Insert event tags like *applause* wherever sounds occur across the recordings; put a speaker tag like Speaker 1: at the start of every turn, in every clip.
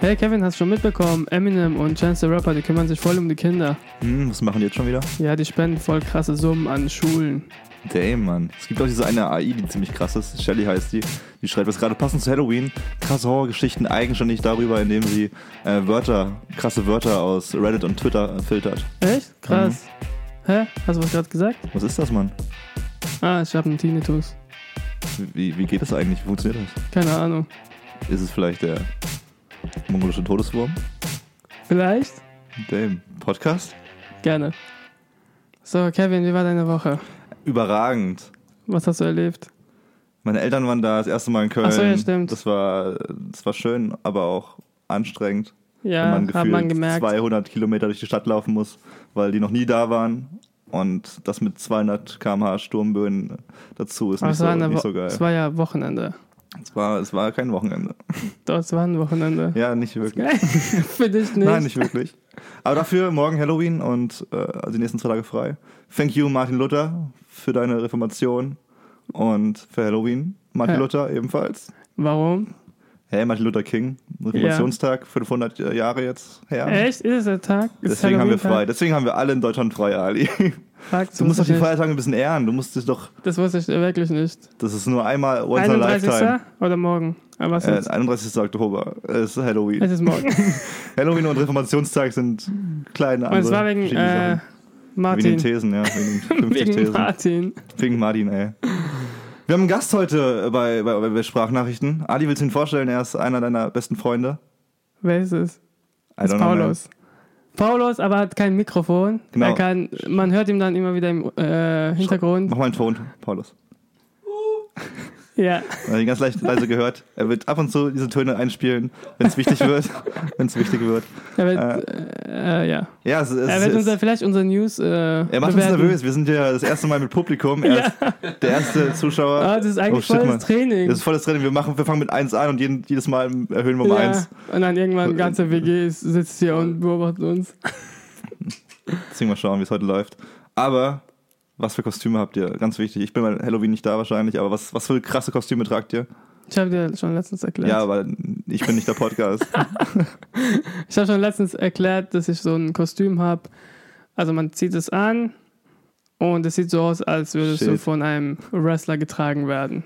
Speaker 1: Hey Kevin, hast du schon mitbekommen? Eminem und Chance the Rapper, die kümmern sich voll um die Kinder.
Speaker 2: Hm, was machen die jetzt schon wieder?
Speaker 1: Ja, die spenden voll krasse Summen an Schulen.
Speaker 2: Damn, Mann. Es gibt auch diese eine AI, die ziemlich krass ist. Shelly heißt die. Die schreibt was gerade passend zu Halloween. Krasse Horrorgeschichten eigenständig darüber, indem sie äh, Wörter, krasse Wörter aus Reddit und Twitter äh, filtert.
Speaker 1: Echt? Krass.
Speaker 2: Mhm.
Speaker 1: Hä? Hast du was gerade gesagt?
Speaker 2: Was ist das, Mann?
Speaker 1: Ah, ich hab einen Tinnitus.
Speaker 2: Wie, wie geht das eigentlich? Wie funktioniert das?
Speaker 1: Keine Ahnung.
Speaker 2: Ist es vielleicht der mongolische Todeswurm?
Speaker 1: Vielleicht?
Speaker 2: Damn. Podcast?
Speaker 1: Gerne. So, Kevin, wie war deine Woche?
Speaker 2: Überragend.
Speaker 1: Was hast du erlebt?
Speaker 2: Meine Eltern waren da das erste Mal in Köln.
Speaker 1: Ach so, ja, stimmt.
Speaker 2: Das war, das war schön, aber auch anstrengend.
Speaker 1: Ja,
Speaker 2: wenn man
Speaker 1: hat
Speaker 2: gefühlt
Speaker 1: man gemerkt.
Speaker 2: 200 Kilometer durch die Stadt laufen muss, weil die noch nie da waren. Und das mit 200 km/h Sturmböen dazu ist
Speaker 1: Aber
Speaker 2: nicht
Speaker 1: es,
Speaker 2: so,
Speaker 1: war eine
Speaker 2: nicht
Speaker 1: Wo-
Speaker 2: so geil.
Speaker 1: es war ja Wochenende.
Speaker 2: es, war, es war kein Wochenende.
Speaker 1: Doch, es war ein Wochenende.
Speaker 2: Ja, nicht wirklich.
Speaker 1: Geil. *laughs* Für dich nicht.
Speaker 2: Nein, nicht wirklich. Aber dafür morgen Halloween und äh, die nächsten zwei Tage frei. Thank you, Martin Luther, für deine Reformation und für Halloween. Martin
Speaker 1: Ja.
Speaker 2: Luther ebenfalls.
Speaker 1: Warum?
Speaker 2: Hey, Martin Luther King, Reformationstag, 500 Jahre jetzt her.
Speaker 1: Echt? Ist es der Tag? Ist
Speaker 2: Deswegen haben wir frei.
Speaker 1: Halloween-Tag?
Speaker 2: Deswegen haben wir alle in Deutschland frei, Ali.
Speaker 1: Fuck,
Speaker 2: Du musst doch
Speaker 1: das
Speaker 2: die
Speaker 1: wusste ich
Speaker 2: Feiertage ein bisschen ehren. Du musst dich doch.
Speaker 1: nicht. Das wusste ich wirklich nicht.
Speaker 2: Das ist nur einmal once in a
Speaker 1: 31.
Speaker 2: lifetime.
Speaker 1: oder morgen? Aber was Also-
Speaker 2: Äh,
Speaker 1: jetzt?
Speaker 2: 31. Oktober äh, ist Halloween.
Speaker 1: Es ist
Speaker 2: *laughs*
Speaker 1: morgen.
Speaker 2: Halloween und Reformationstag sind kleine
Speaker 1: Und
Speaker 2: andere.
Speaker 1: es war wegen
Speaker 2: verschiedene
Speaker 1: äh,
Speaker 2: Sachen. Wegen den
Speaker 1: Martin.
Speaker 2: Thesen, ja.
Speaker 1: *laughs*
Speaker 2: Wegen den 50
Speaker 1: Wegen
Speaker 2: Thesen.
Speaker 1: Martin.
Speaker 2: Wegen Martin, ey. Wir haben einen Gast heute bei, bei, bei Sprachnachrichten. Ali, willst du ihn vorstellen? Er ist einer deiner besten Freunde.
Speaker 1: Wer ist es?
Speaker 2: I
Speaker 1: Das
Speaker 2: don't
Speaker 1: ist
Speaker 2: know, man.
Speaker 1: Paulus. Paulus, aber hat kein Mikrofon.
Speaker 2: Genau.
Speaker 1: Er kann, man hört ihm dann immer wieder im äh, Hintergrund.
Speaker 2: Mach mal einen Ton, Paulus.
Speaker 1: Ja.
Speaker 2: Man hat ihn ganz leicht leise gehört. Er wird ab und zu diese Töne einspielen, wenn es wichtig wird. *laughs* wenn es wichtig wird.
Speaker 1: Er wird, äh, äh, ja.
Speaker 2: Ja, es, es,
Speaker 1: Er wird
Speaker 2: es,
Speaker 1: unser, vielleicht unsere News. Äh,
Speaker 2: er macht
Speaker 1: *laughs*
Speaker 2: uns nervös. Wir sind ja das erste Mal mit Publikum. Er ist der erste Zuschauer.
Speaker 1: Ah, das ist eigentlich
Speaker 2: Oh, shit,
Speaker 1: volles
Speaker 2: Mann.
Speaker 1: Training.
Speaker 2: Das ist volles Training. Wir, machen, wir fangen mit 1 an und jeden, jedes Mal erhöhen wir um
Speaker 1: Ja.
Speaker 2: 1.
Speaker 1: Und dann irgendwann ganze WG ist, sitzt hier und beobachtet uns.
Speaker 2: Deswegen mal schauen, wie es heute läuft. Aber was für Kostüme habt ihr? Ganz wichtig. Ich bin bei Halloween nicht da wahrscheinlich, aber was, was für krasse Kostüme tragt ihr?
Speaker 1: Ich habe dir schon letztens erklärt.
Speaker 2: Ja, aber ich bin nicht
Speaker 1: *laughs*
Speaker 2: der Podcast.
Speaker 1: Ich habe schon letztens erklärt, dass ich so ein Kostüm habe. Also man zieht es an und es sieht so aus, als würdest du
Speaker 2: Shit.
Speaker 1: von einem Wrestler getragen werden.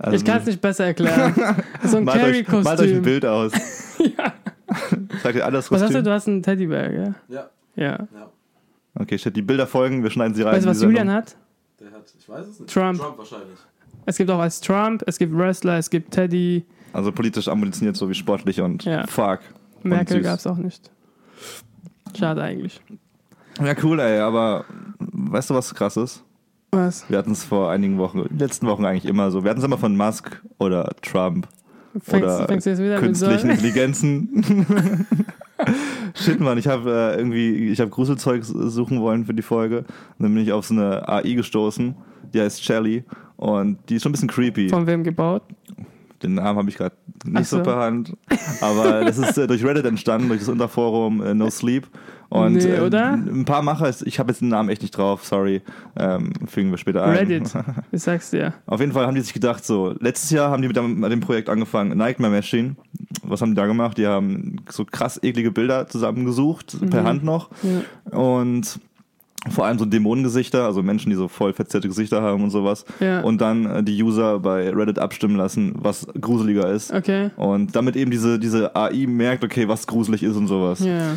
Speaker 2: Also,
Speaker 1: ich kann es nicht besser
Speaker 2: *laughs*
Speaker 1: erklären. Das ist so ein
Speaker 2: malt euch, malt euch
Speaker 1: Carry-Kostüm.
Speaker 2: ein
Speaker 1: *laughs*
Speaker 2: Bild aus. ja. *laughs* Tragt ihr alles
Speaker 1: Was hast du?
Speaker 2: Kostüm?
Speaker 1: Du hast einen Teddybär, gell?
Speaker 3: Ja,
Speaker 1: Ja.
Speaker 3: ja.
Speaker 2: Okay, shit, die Bilder folgen, wir schneiden sie rein.
Speaker 1: Weißt du,
Speaker 2: in
Speaker 1: was
Speaker 2: die Sendung.
Speaker 1: Julian hat?
Speaker 3: Der hat, ich weiß es nicht.
Speaker 1: Trump.
Speaker 3: Trump wahrscheinlich.
Speaker 1: Es gibt auch als Trump, es gibt Wrestler, es gibt Teddy.
Speaker 2: Also politisch ambitioniert sowie sportlich und
Speaker 1: Ja.
Speaker 2: fuck.
Speaker 1: Merkel
Speaker 2: süß.
Speaker 1: gab es auch nicht. Schade eigentlich.
Speaker 2: Ja, cool, ey, aber weißt du, was krass ist?
Speaker 1: Was?
Speaker 2: Wir hatten es vor einigen Wochen, in den letzten Wochen eigentlich immer so. Wir hatten es immer von Musk oder Trump
Speaker 1: Fängst,
Speaker 2: oder
Speaker 1: fängst du jetzt wieder mit so?
Speaker 2: künstlichen Intelligenzen. *laughs* Shit, Mann, ich habe äh, irgendwie, ich habe Gruselzeug suchen wollen für die Folge. Und dann bin ich auf so eine AI gestoßen, die heißt Shelly. Und die ist schon ein bisschen creepy.
Speaker 1: Von wem gebaut?
Speaker 2: Den Namen habe ich gerade nicht
Speaker 1: Ach so.
Speaker 2: so per Hand. Aber das ist äh, durch Reddit entstanden, durch das Unterforum äh, No Sleep. Und
Speaker 1: Nee,
Speaker 2: äh,
Speaker 1: oder?
Speaker 2: ein paar Macher, ist- ich habe jetzt den Namen echt nicht drauf, sorry. Ähm, fügen wir später ein. *laughs*
Speaker 1: Reddit. Ich sag's dir.
Speaker 2: Auf jeden Fall haben die sich gedacht, so, letztes Jahr haben die mit dem, mit dem Projekt angefangen, Nightmare Machine. Was haben die da gemacht? Die haben so krass eklige Bilder zusammengesucht,
Speaker 1: Mhm.
Speaker 2: per Hand noch. Und vor allem so Dämonengesichter, also Menschen, die so voll verzerrte Gesichter haben und sowas.
Speaker 1: Ja.
Speaker 2: Und dann äh, die User bei Reddit abstimmen lassen, was gruseliger ist. *laughs*
Speaker 1: Okay.
Speaker 2: Und damit eben diese, diese AI merkt, okay, was gruselig ist und sowas.
Speaker 1: Ja.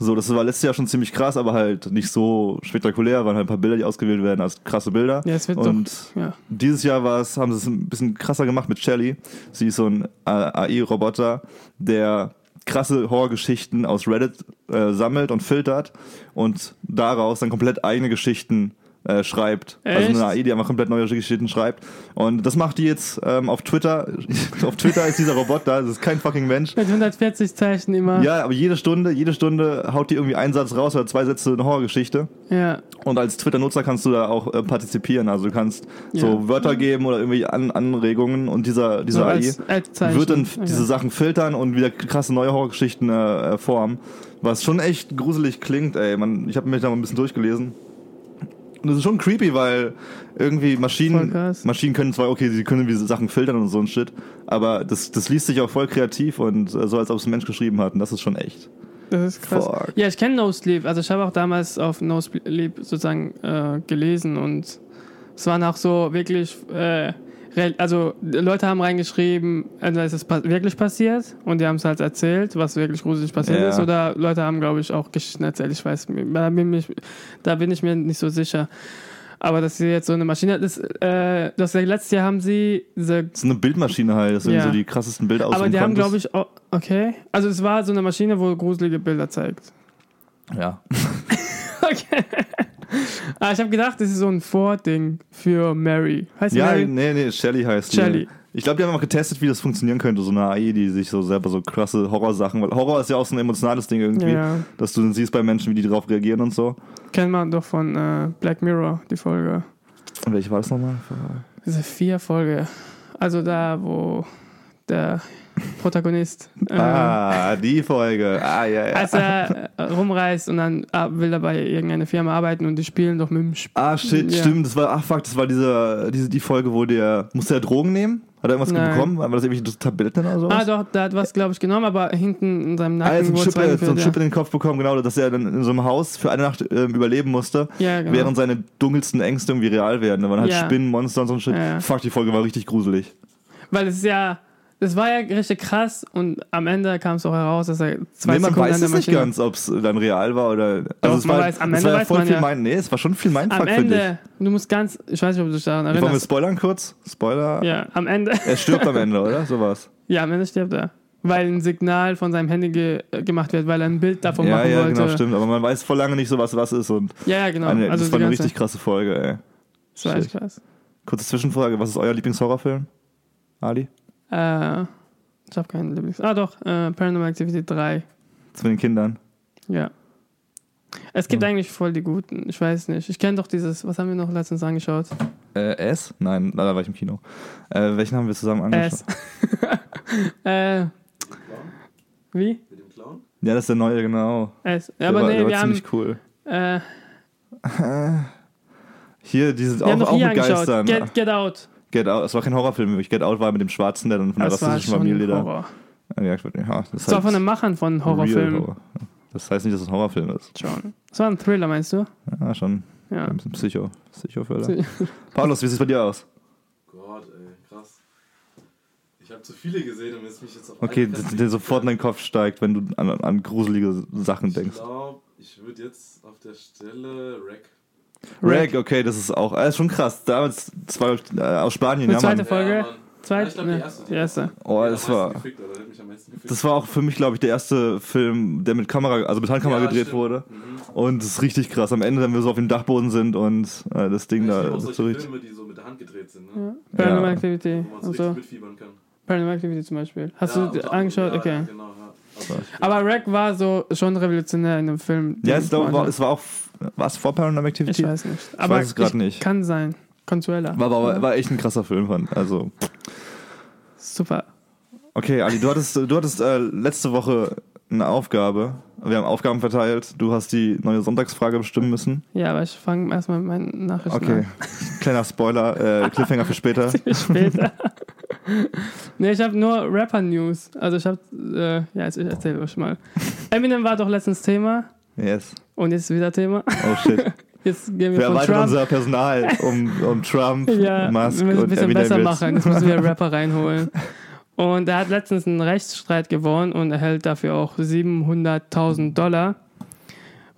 Speaker 2: So, das war letztes Jahr schon ziemlich krass, aber halt nicht so spektakulär, waren halt ein paar Bilder, die ausgewählt werden als krasse Bilder.
Speaker 1: Ja, es wird
Speaker 2: und
Speaker 1: doch. Ja.
Speaker 2: dieses Jahr war es, haben sie es ein bisschen krasser gemacht mit Shelly. Sie ist so ein AI-Roboter, der krasse Horrorgeschichten aus Reddit äh, sammelt und filtert und daraus dann komplett eigene Geschichten äh, schreibt.
Speaker 1: Echt?
Speaker 2: Also eine AI, die einfach komplett neue Geschichten schreibt. Und das macht die jetzt ähm, auf Twitter. *laughs* auf Twitter ist dieser Roboter, das ist kein fucking Mensch.
Speaker 1: Mit 140 Zeichen immer.
Speaker 2: Ja, aber jede Stunde, jede Stunde haut die irgendwie einen Satz raus oder zwei Sätze eine Horrorgeschichte.
Speaker 1: ja.
Speaker 2: Und als Twitter-Nutzer kannst du da auch äh, partizipieren. Also du kannst
Speaker 1: Ja.
Speaker 2: so Wörter geben oder irgendwie An Anregungen und dieser, dieser
Speaker 1: So
Speaker 2: AI
Speaker 1: als Ad-Zeichen.
Speaker 2: wird dann
Speaker 1: Okay.
Speaker 2: diese Sachen filtern und wieder krasse neue Horrorgeschichten äh, äh, formen. Was schon echt gruselig klingt, ey. Man, ich habe mich da mal ein bisschen durchgelesen. Und das ist schon creepy, weil irgendwie
Speaker 1: Voll
Speaker 2: Maschinen,
Speaker 1: krass.
Speaker 2: Maschinen können zwar, okay, sie können diese Sachen filtern und so ein Shit, aber das, das liest sich auch voll kreativ und äh, so, als ob es ein Mensch geschrieben hat. Und das ist schon echt.
Speaker 1: Das ist krass.
Speaker 2: Fuck.
Speaker 1: Ja, ich kenne No Sleep. Also ich habe auch damals auf No Sleep sozusagen äh, gelesen und es waren auch so wirklich, äh, real- also die Leute haben reingeschrieben, entweder ist es pa wirklich passiert und die haben es halt erzählt, was wirklich gruselig passiert
Speaker 2: Ja.
Speaker 1: ist, oder Leute haben, glaube ich, auch Geschichten erzählt. Ich weiß, da bin, ich, da bin ich mir nicht so sicher. Aber dass sie jetzt so eine Maschine, das, äh, das letzte Jahr haben sie diese
Speaker 2: Das ist eine Bildmaschine halt, deswegen
Speaker 1: Ja.
Speaker 2: so die krassesten Bilder aus
Speaker 1: aber die haben, glaube ich, auch- okay. Also es war so eine Maschine, wo gruselige Bilder zeigt.
Speaker 2: Ja.
Speaker 1: Okay. Ah, ich habe gedacht, das ist so ein Vording für Mary. Heißt
Speaker 2: Ja,
Speaker 1: Mary?
Speaker 2: nee, nee, Shelly heißt die.
Speaker 1: Shelly.
Speaker 2: Ich glaube, die haben auch getestet, wie das funktionieren könnte, so eine AI, die sich so selber so krasse Horrorsachen, weil Horror ist ja auch so ein emotionales Ding irgendwie,
Speaker 1: Ja.
Speaker 2: dass du dann siehst bei Menschen, wie die drauf reagieren und so.
Speaker 1: Kennt man doch von äh, Black Mirror, die Folge.
Speaker 2: Und welche war das nochmal?
Speaker 1: Diese vier Folge. Also da, wo der
Speaker 2: *laughs*
Speaker 1: Protagonist äh,
Speaker 2: Ah, die Folge. Ah, ja, ja.
Speaker 1: als er äh, rumreist und dann ah, will er bei irgendeiner Firma arbeiten und die spielen doch mit dem Spiel.
Speaker 2: ah, shit,
Speaker 1: Ja.
Speaker 2: stimmt, das war, ach fuck, das war diese, diese, die Folge, wo der, musste er Drogen nehmen? Hat er irgendwas
Speaker 1: Nein.
Speaker 2: bekommen? War das irgendwelche Tabletten oder sowas?
Speaker 1: Ah doch, da hat was, glaube ich, genommen, aber hinten in seinem
Speaker 2: Ah,
Speaker 1: Nacken
Speaker 2: er hat so einen
Speaker 1: wurde es
Speaker 2: Chip, er hat so einen
Speaker 1: eingeführt,
Speaker 2: Chip in den Kopf bekommen, genau, dass er dann in so einem Haus für eine Nacht ähm, überleben musste,
Speaker 1: Ja, genau.
Speaker 2: während seine dunkelsten Ängste irgendwie real werden. Da waren halt
Speaker 1: Ja.
Speaker 2: Spinnen, Monster und so ein Shit.
Speaker 1: Ja, ja.
Speaker 2: Fuck, die Folge war richtig gruselig.
Speaker 1: Weil es ist ja, das war ja richtig krass und am Ende kam es auch heraus, dass er zwei
Speaker 2: Nee, man
Speaker 1: Sekunden
Speaker 2: weiß
Speaker 1: an der
Speaker 2: es nicht
Speaker 1: Maschine.
Speaker 2: ganz, ob es dann real war oder. also
Speaker 1: Doch,
Speaker 2: es
Speaker 1: man
Speaker 2: war,
Speaker 1: weiß- am
Speaker 2: es
Speaker 1: Ende
Speaker 2: war ja
Speaker 1: weiß
Speaker 2: voll
Speaker 1: man
Speaker 2: viel
Speaker 1: ja.
Speaker 2: Mein, nee, es war schon viel
Speaker 1: Am
Speaker 2: Mindfuck, finde
Speaker 1: Ende, du musst ganz, ich weiß nicht, ob du dich daran
Speaker 2: ich. Wollen wir
Speaker 1: erinnerst.
Speaker 2: spoilern kurz? Spoiler.
Speaker 1: Ja, am Ende,
Speaker 2: *laughs* Er stirbt am Ende, oder?
Speaker 1: *laughs*
Speaker 2: Sowas.
Speaker 1: ja, am Ende stirbt er. Weil ein Signal von seinem Handy ge gemacht wird, weil er ein Bild davon
Speaker 2: Ja,
Speaker 1: machen
Speaker 2: ja,
Speaker 1: wollte.
Speaker 2: genau, stimmt. Aber man weiß voll lange nicht, so was was ist. Und
Speaker 1: Ja, ja, genau.
Speaker 2: eine,
Speaker 1: also
Speaker 2: das
Speaker 1: die
Speaker 2: war eine
Speaker 1: ganze,
Speaker 2: richtig krasse Folge, ey.
Speaker 1: das war echt krass.
Speaker 2: Kurze Zwischenfrage: Was ist euer Lieblingshorrorfilm? Ali?
Speaker 1: Äh, ich habe keinen Lieblings. Ah, doch, äh, Paranormal Activity 3.
Speaker 2: Zu den Kindern.
Speaker 1: Ja. Es gibt eigentlich voll die guten. Ich weiß nicht. Ich kenne doch dieses, was haben wir noch letztens angeschaut?
Speaker 2: Äh, S? Nein, da war ich im Kino. Äh, welchen haben wir zusammen angeschaut?
Speaker 1: Ass. äh, wie?
Speaker 2: Ja, das ist der neue, genau.
Speaker 1: Ass. Ja,
Speaker 2: Der
Speaker 1: aber
Speaker 2: war,
Speaker 1: nee,
Speaker 2: der
Speaker 1: wir
Speaker 2: war
Speaker 1: haben,
Speaker 2: ziemlich cool.
Speaker 1: äh,
Speaker 2: Hier, die sind
Speaker 1: wir haben
Speaker 2: auch,
Speaker 1: noch
Speaker 2: auch ne?
Speaker 1: hier
Speaker 2: mit
Speaker 1: angeschaut.
Speaker 2: Geistern.
Speaker 1: Get,
Speaker 2: Get,
Speaker 1: get Out.
Speaker 2: Out, es war kein Horrorfilm, wirklich. Get Out war mit dem Schwarzen, der dann von der
Speaker 1: Das war
Speaker 2: rassistischen
Speaker 1: schon
Speaker 2: Familie da
Speaker 1: Horror.
Speaker 2: angejagt wird. Ja, das
Speaker 1: Das
Speaker 2: ist
Speaker 1: war
Speaker 2: halt
Speaker 1: von den Machern von
Speaker 2: real
Speaker 1: Horrorfilmen.
Speaker 2: Horror. Das heißt nicht, dass es ein Horrorfilm ist.
Speaker 1: Schon. Das war ein Thriller, meinst du?
Speaker 2: Ja, schon.
Speaker 1: Ja.
Speaker 2: Ein bisschen Psycho. Psycho-Förder.
Speaker 1: Psy-
Speaker 2: *laughs* Paulus, wie sieht es bei dir aus?
Speaker 3: Gott, ey, krass. Ich habe zu viele gesehen und jetzt mich jetzt auf
Speaker 2: Okay,
Speaker 3: einen
Speaker 2: der,
Speaker 3: festlegen.
Speaker 2: der sofort in den Kopf steigt, wenn du an, an gruselige Sachen
Speaker 3: Ich
Speaker 2: denkst.
Speaker 3: glaube, ich würde jetzt auf der Stelle Rack.
Speaker 1: Wreck.
Speaker 2: Rag, okay, das ist auch. Ah, ist schon krass. Damals, zwei äh, aus Spanien,
Speaker 1: Eine
Speaker 2: ja, Mann.
Speaker 1: zweite Folge?
Speaker 3: Mann.
Speaker 1: Zweit-
Speaker 3: Ja, ich glaube,
Speaker 1: ne,
Speaker 3: die erste.
Speaker 1: die erste.
Speaker 2: Oh,
Speaker 3: Die
Speaker 2: das
Speaker 3: hat am meisten
Speaker 2: war.
Speaker 3: Gefickt, oder? Die hat mich am meisten gefickt.
Speaker 2: Das war auch für mich, glaube ich, der erste Film, der mit Kamera, also mit Handkamera
Speaker 3: Ja,
Speaker 2: gedreht
Speaker 3: stimmt.
Speaker 2: wurde.
Speaker 3: Mhm.
Speaker 2: Und das ist richtig krass. Am Ende, wenn wir so auf dem Dachboden sind und äh, das Ding
Speaker 3: Ich
Speaker 2: da
Speaker 3: liebe auch
Speaker 2: so
Speaker 3: solche
Speaker 2: richtig.
Speaker 3: Filme, die so mit der Hand gedreht sind, ne?
Speaker 1: Ja. Paranormal
Speaker 2: Ja.
Speaker 1: Activity
Speaker 3: Wo man so
Speaker 1: und
Speaker 3: richtig
Speaker 1: so.
Speaker 3: mitfiebern kann.
Speaker 1: Paranormal Activity zum Beispiel. Hast
Speaker 3: Ja,
Speaker 1: du
Speaker 3: unter
Speaker 1: dir
Speaker 3: anderem,
Speaker 1: angeschaut?
Speaker 3: ja,
Speaker 1: okay.
Speaker 3: Ja, genau, ja. Also ich-
Speaker 1: Aber Wreck war so schon revolutionär in dem Film.
Speaker 2: Ja,
Speaker 1: den
Speaker 2: ich glaube,
Speaker 1: ich
Speaker 2: war-
Speaker 1: meine.
Speaker 2: es war auch. War es vor Paranormal
Speaker 1: Ich
Speaker 2: Activity?
Speaker 1: weiß nicht. Aber
Speaker 2: weiß es grad
Speaker 1: ich-
Speaker 2: nicht.
Speaker 1: Kann sein. Consuela.
Speaker 2: War, war, war echt ein krasser Film. Fand. Also,
Speaker 1: Super.
Speaker 2: okay, Ali, du hattest, du hattest äh, letzte Woche eine Aufgabe. Wir haben Aufgaben verteilt. Du hast die neue Sonntagsfrage bestimmen müssen.
Speaker 1: Ja, aber ich fange erstmal mit meinen Nachrichten an.
Speaker 2: Okay, kleiner Spoiler, äh, Cliffhanger für
Speaker 1: *laughs*
Speaker 2: später.
Speaker 1: später. nee, ich habe nur Rapper-News. Also ich habe, äh, ja, jetzt, ich erzähle euch mal. Eminem war doch letztens Thema
Speaker 2: Yes.
Speaker 1: und jetzt wieder Thema. *laughs*
Speaker 2: Oh shit.
Speaker 1: Jetzt gehen wir
Speaker 2: Wir
Speaker 1: von
Speaker 2: erweitern
Speaker 1: Trump.
Speaker 2: unser Personal um, um Trump,
Speaker 1: ja,
Speaker 2: Musk
Speaker 1: wir müssen ein
Speaker 2: und
Speaker 1: bisschen
Speaker 2: Eminem
Speaker 1: besser
Speaker 2: Wills.
Speaker 1: machen. Jetzt müssen wir Rapper reinholen. Und er hat letztens einen Rechtsstreit gewonnen und erhält dafür auch 700.000 Dollar,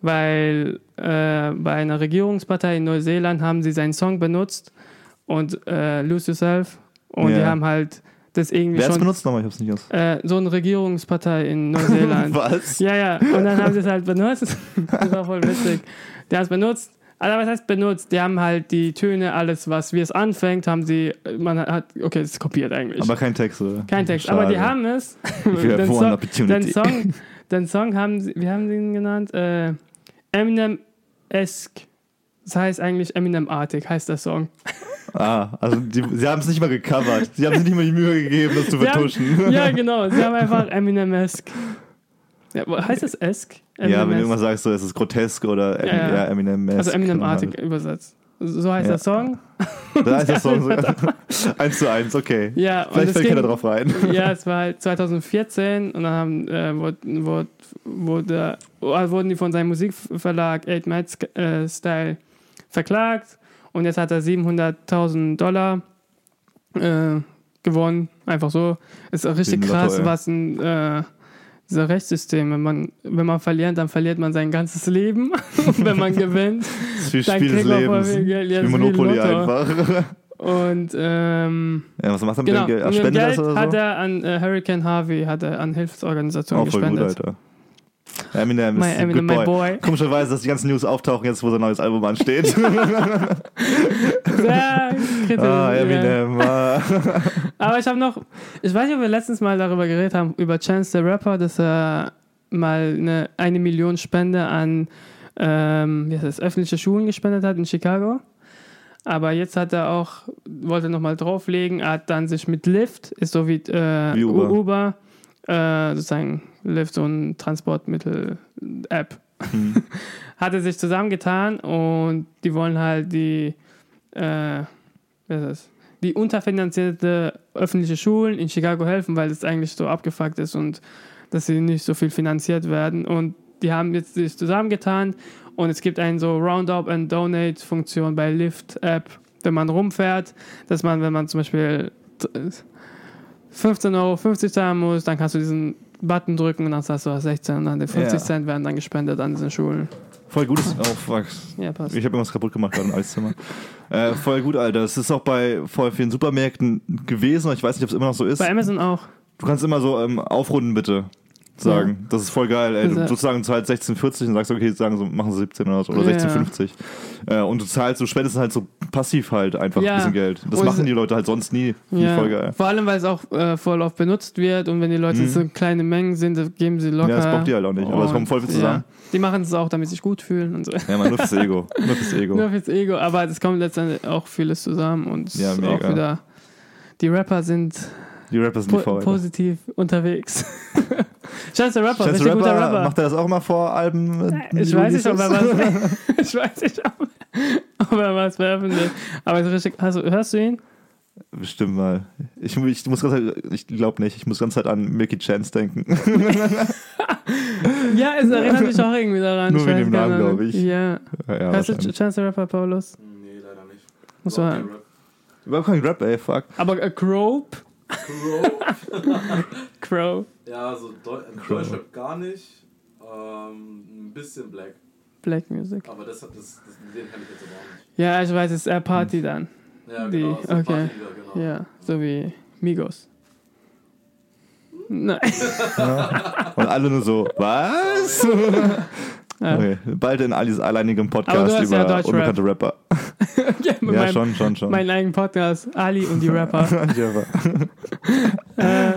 Speaker 1: weil äh, bei einer Regierungspartei in Neuseeland haben sie seinen Song benutzt und äh, Lose Yourself und die
Speaker 2: Ja.
Speaker 1: haben halt das irgendwie
Speaker 2: Wer hat es
Speaker 1: schon
Speaker 2: benutzt nochmal? Ich hab's nicht aus.
Speaker 1: äh, so eine Regierungspartei in Neuseeland.
Speaker 2: *laughs* Was?
Speaker 1: ja, ja. Und dann haben sie es halt benutzt. *laughs* das war voll witzig. Die haben es benutzt. Also was heißt benutzt? Die haben halt die Töne, alles was wie es anfängt, haben sie, man hat, okay, das ist kopiert eigentlich.
Speaker 2: Aber kein Text, oder?
Speaker 1: Kein Text, aber die haben es.
Speaker 2: will
Speaker 1: den,
Speaker 2: one
Speaker 1: Song, den,
Speaker 2: opportunity. *laughs*
Speaker 1: Song, den Song haben sie, wie haben sie ihn genannt? Äh, Eminem-esque. Das heißt eigentlich Eminem-artig, heißt der
Speaker 2: *laughs*
Speaker 1: Song.
Speaker 2: Ah, also die, sie haben es nicht mal gecovert. Sie haben sich nicht mal die Mühe gegeben, das zu *laughs*
Speaker 1: Sie haben-
Speaker 2: vertuschen.
Speaker 1: Ja, genau. Sie haben einfach Eminem-esque Ja, aber heißt es Esk?
Speaker 2: Ja, wenn du
Speaker 1: MMS?
Speaker 2: irgendwas sagst, so, es ist grotesk oder Emin,
Speaker 1: Ja,
Speaker 2: ja,
Speaker 1: ja.
Speaker 2: Eminem.
Speaker 1: Also Eminem-artig übersetzt. So heißt
Speaker 2: Ja.
Speaker 1: der Song.
Speaker 2: *laughs* Da
Speaker 1: *laughs*
Speaker 2: ist das Song so. *laughs* eins zu eins, okay.
Speaker 1: Ja, und
Speaker 2: Vielleicht
Speaker 1: es
Speaker 2: fällt
Speaker 1: ging-
Speaker 2: keiner drauf *laughs* rein.
Speaker 1: Ja, es war halt 2014 und dann haben, äh, wurde, wurde, wurde, äh, wurden die von seinem Musikverlag 8 Mad äh, Style verklagt und jetzt hat er 700.000 Dollar äh, gewonnen. Einfach so. Ist auch richtig
Speaker 2: Wegen Lotto,
Speaker 1: krass,
Speaker 2: ja.
Speaker 1: was ein äh, dieser Rechtssystem, wenn man, wenn man verliert, dann verliert man sein ganzes Leben. *laughs* Und wenn man gewinnt,
Speaker 2: Das ist viel
Speaker 1: Dann
Speaker 2: Spiel des
Speaker 1: kriegt man voll
Speaker 2: Lebens.
Speaker 1: viel Geld, ja,
Speaker 2: wie
Speaker 1: das ist wie
Speaker 2: Monopoly
Speaker 1: Lotto.
Speaker 2: einfach. *laughs*
Speaker 1: und ähm,
Speaker 2: Ja, was macht er mit
Speaker 1: genau,
Speaker 2: dem
Speaker 1: und
Speaker 2: Geld? Ah,
Speaker 1: mit dem
Speaker 2: Spendet das
Speaker 1: Geld
Speaker 2: oder
Speaker 1: hat
Speaker 2: so? Oh,
Speaker 1: er an äh, Hurricane Harvey, hat er an Hilfsorganisationen
Speaker 2: voll gut,
Speaker 1: gespendet.
Speaker 2: Alter. Eminem ist
Speaker 1: My
Speaker 2: ein
Speaker 1: Eminem,
Speaker 2: good
Speaker 1: my
Speaker 2: boy.
Speaker 1: boy.
Speaker 2: Komischerweise, dass die ganzen News auftauchen, jetzt wo sein neues Album
Speaker 1: *laughs*
Speaker 2: ansteht.
Speaker 1: Sehr kritisch.
Speaker 2: *laughs*
Speaker 1: ja.
Speaker 2: ah, Eminem. Ah.
Speaker 1: Aber ich habe noch, ich weiß nicht, ob wir letztens mal darüber geredet haben, über Chance the Rapper, dass er mal eine, eine Million Spende an ähm, wie heißt das, öffentliche Schulen gespendet hat in Chicago. Aber jetzt hat er auch, wollte nochmal drauflegen, er hat dann sich mit Lyft, ist so wie, äh,
Speaker 2: Wie Uber.
Speaker 1: Uber, äh, sozusagen Lyft, so ein Transportmittel-App,
Speaker 2: Hm.
Speaker 1: *laughs* hat er sich zusammengetan und die wollen halt die, äh, wie heißt das? die unterfinanzierte öffentliche Schulen in Chicago helfen, weil es eigentlich so abgefuckt ist und dass sie nicht so viel finanziert werden. Und die haben jetzt sich zusammengetan und es gibt eine so Roundup and Donate Funktion bei Lyft App, wenn man rumfährt, dass man, wenn man zum Beispiel 15,50 Euro zahlen muss, dann kannst du diesen Button drücken und dann hast du 16 und dann die 50
Speaker 2: Ja.
Speaker 1: Cent werden dann gespendet an diesen Schulen.
Speaker 2: Voll gutes. Oh, fuck.
Speaker 1: Ja, passt.
Speaker 2: Ich habe irgendwas kaputt gemacht gerade im Eiszimmer. äh, voll gut, Alter. Es ist auch bei voll vielen Supermärkten gewesen. Ich weiß nicht, ob es immer noch so ist.
Speaker 1: Bei Amazon auch.
Speaker 2: Du kannst immer so ähm, aufrunden, bitte. Sagen. Das ist voll geil, ey. Du,
Speaker 1: Also-
Speaker 2: du zahlst halt 16,40 und sagst, okay, sagen so, machen sie 17 oder so. Oder
Speaker 1: Ja.
Speaker 2: 16,50. Äh, und du zahlst, du spendest halt so passiv halt einfach
Speaker 1: Ja.
Speaker 2: ein bisschen Geld. Das
Speaker 1: Und-
Speaker 2: machen die Leute halt sonst nie. Finde ich
Speaker 1: Ja.
Speaker 2: voll geil. Mhm.
Speaker 1: Vor allem, weil es auch äh, voll oft benutzt wird und wenn die Leute so kleine Mengen sind, dann geben sie locker.
Speaker 2: Ja, das bockt die halt auch nicht, aber es kommt voll viel
Speaker 1: Und,
Speaker 2: zusammen.
Speaker 1: Ja. Die machen es auch, damit sie sich gut fühlen und so.
Speaker 2: Ja, man, nur fürs Ego. Nur fürs Ego.
Speaker 1: *laughs* Nur fürs Ego, aber es kommt letztendlich auch vieles zusammen und es
Speaker 2: Ja,
Speaker 1: ist
Speaker 2: mega.
Speaker 1: auch wieder. Die Rapper sind
Speaker 2: Die Rapper sind
Speaker 1: po
Speaker 2: die Vorreiter.
Speaker 1: positiv unterwegs. *laughs* Scheiße, der Rapper,
Speaker 2: Chance
Speaker 1: richtig
Speaker 2: the
Speaker 1: guter Rapper.
Speaker 2: macht er das auch immer vor Alben? äh,
Speaker 1: ich weiß nicht, ob er
Speaker 2: Releases? *laughs*
Speaker 1: was. *laughs* ich weiß nicht, ob, ob er was veröffentlicht. Aber es ist richtig. Hast, du- hörst du ihn?
Speaker 2: Bestimmt mal. Ich, ich muss ganz halt, ich glaube nicht, ich muss ganz halt an Milky Chance denken.
Speaker 1: Ja, es erinnert mich auch irgendwie daran.
Speaker 2: Nur
Speaker 1: Ich
Speaker 2: wegen
Speaker 1: weiß
Speaker 2: dem
Speaker 1: gar
Speaker 2: Namen,
Speaker 1: nicht. *laughs*
Speaker 2: glaub ich.
Speaker 1: Ja.
Speaker 2: ja,
Speaker 1: Hörst du
Speaker 2: wahrscheinlich.
Speaker 1: Chance the Rapper, Paulus?
Speaker 3: Hm, Nee, leider nicht.
Speaker 1: Muss
Speaker 3: Überhaupt
Speaker 1: man-
Speaker 3: kein Rap.
Speaker 2: Überhaupt kein Rap, ey, fuck.
Speaker 1: Aber äh, Crope?
Speaker 3: Crow.
Speaker 1: Crow.
Speaker 3: ja, so Deu
Speaker 2: Crow.
Speaker 3: Deutschrap gar nicht. Ähm, ein bisschen Black.
Speaker 1: Black Music.
Speaker 3: Aber das, hat- das, das, den kann ich jetzt aber auch nicht.
Speaker 1: Ja, ich weiß, es ist Air
Speaker 2: Hm.
Speaker 1: Party dann.
Speaker 3: Ja,
Speaker 1: Die-
Speaker 3: genau. so
Speaker 1: okay.
Speaker 3: Partylieder, genau.
Speaker 1: Ja, so wie Migos. Nein. *laughs*
Speaker 2: Und alle nur so, *laughs* was?
Speaker 1: Ja.
Speaker 2: Okay, bald in Alis alleinigem
Speaker 1: Aber du
Speaker 2: Podcast
Speaker 1: hast
Speaker 2: über
Speaker 1: ja Deutschrap.
Speaker 2: unbekannte Rapper.
Speaker 1: ja, mit
Speaker 2: Ja,
Speaker 1: meinem,
Speaker 2: schon, schon, schon. *laughs*
Speaker 1: meinen eigenen Podcast, Ali und die Rapper.
Speaker 2: Ja, wa-
Speaker 1: äh,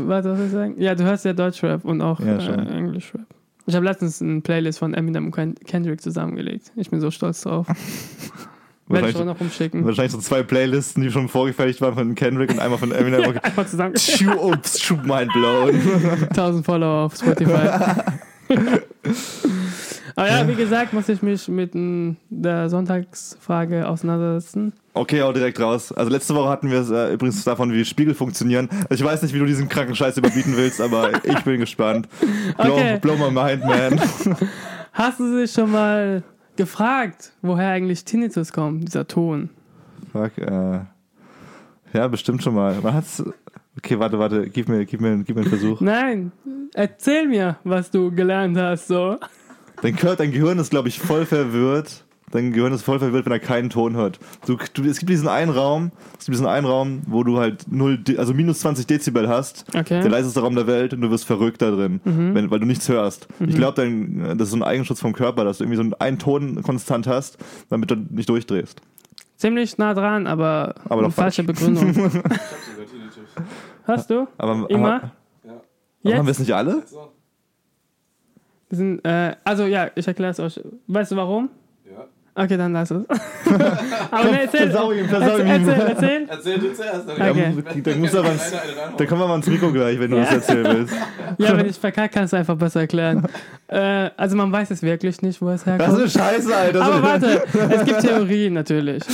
Speaker 1: was soll ich sagen? Ja, du hörst ja Deutschrap und auch
Speaker 2: Ja, schon.
Speaker 1: äh, Englischrap. Ich habe letztens eine Playlist von Eminem und Ken- Kendrick zusammengelegt. Ich bin so stolz
Speaker 2: *laughs*
Speaker 1: drauf. Werde ich auch
Speaker 2: wahrscheinlich,
Speaker 1: noch rumschicken.
Speaker 2: wahrscheinlich so zwei Playlisten, die schon vorgefertigt waren von Kendrick und einmal von Eminem.
Speaker 1: *laughs*
Speaker 2: Okay.
Speaker 1: *laughs* Einfach zusammen.
Speaker 2: Tschu, ups, tschu, mind blown.
Speaker 1: 1000 Follower auf
Speaker 2: *laughs*
Speaker 1: Spotify. Aber ja, wie gesagt, muss ich mich mit mm, der Sonntagsfrage auseinandersetzen.
Speaker 2: Okay, auch direkt raus. Also letzte Woche hatten wir es äh, übrigens davon, wie Spiegel funktionieren. Also Ich weiß nicht, wie du diesen kranken Scheiß überbieten willst, aber ich bin gespannt. Blow,
Speaker 1: Okay.
Speaker 2: blow my mind, man.
Speaker 1: Hast du dich schon mal gefragt, woher eigentlich Tinnitus kommt, dieser Ton?
Speaker 2: Fuck, äh. Ja, bestimmt schon mal. Man hat's. Okay, warte, warte, gib mir, gib mir, gib mir einen Versuch.
Speaker 1: Nein, erzähl mir, was du gelernt hast, so.
Speaker 2: Dein, Gehör, dein Gehirn ist, glaube ich, voll verwirrt. Dein Gehirn ist voll verwirrt, wenn er keinen Ton hört. Du, du, es gibt diesen einen Raum, es gibt diesen einen Raum, wo du halt 0, De- also minus 20 Dezibel hast.
Speaker 1: Okay. Mhm.
Speaker 2: Der leiseste Raum der Welt und du wirst verrückt da drin, wenn, weil du nichts hörst. Ich glaube, dein- das ist so ein Eigenschutz vom Körper, dass du irgendwie so einen, einen Ton konstant hast, damit du nicht durchdrehst.
Speaker 1: Ziemlich nah dran, aber,
Speaker 2: Aber doch
Speaker 1: eine falsche
Speaker 2: *laughs*
Speaker 1: Begründung.
Speaker 3: Ich hab sogar Tinnitus.
Speaker 1: Hast du?
Speaker 2: Aber
Speaker 1: Immer?
Speaker 2: Aber,
Speaker 3: Ja,
Speaker 2: haben wir
Speaker 1: Jetzt?
Speaker 2: es nicht alle?
Speaker 3: jetzt noch?
Speaker 1: Sind, äh, also ja, ich erkläre es euch. Weißt du warum?
Speaker 3: Ja.
Speaker 1: Okay, dann lass es. *laughs* Aber ne, erzähl,
Speaker 2: Versau ihm, versau
Speaker 1: erzähl,
Speaker 2: ihm.
Speaker 1: erzähl, erzähl.
Speaker 3: Erzähl du zuerst. dann-
Speaker 1: Ja, Okay.
Speaker 2: Dann, muss aber ans, dann kommen wir mal ans Mikro gleich, wenn du das erzählen willst.
Speaker 1: Ja, wenn ich verkacke, kannst du einfach besser
Speaker 2: *laughs*
Speaker 1: erklären. Äh, also man weiß es wirklich nicht, wo es herkommt.
Speaker 2: Das ist scheiße, Alter.
Speaker 1: Aber warte, es gibt Theorien natürlich.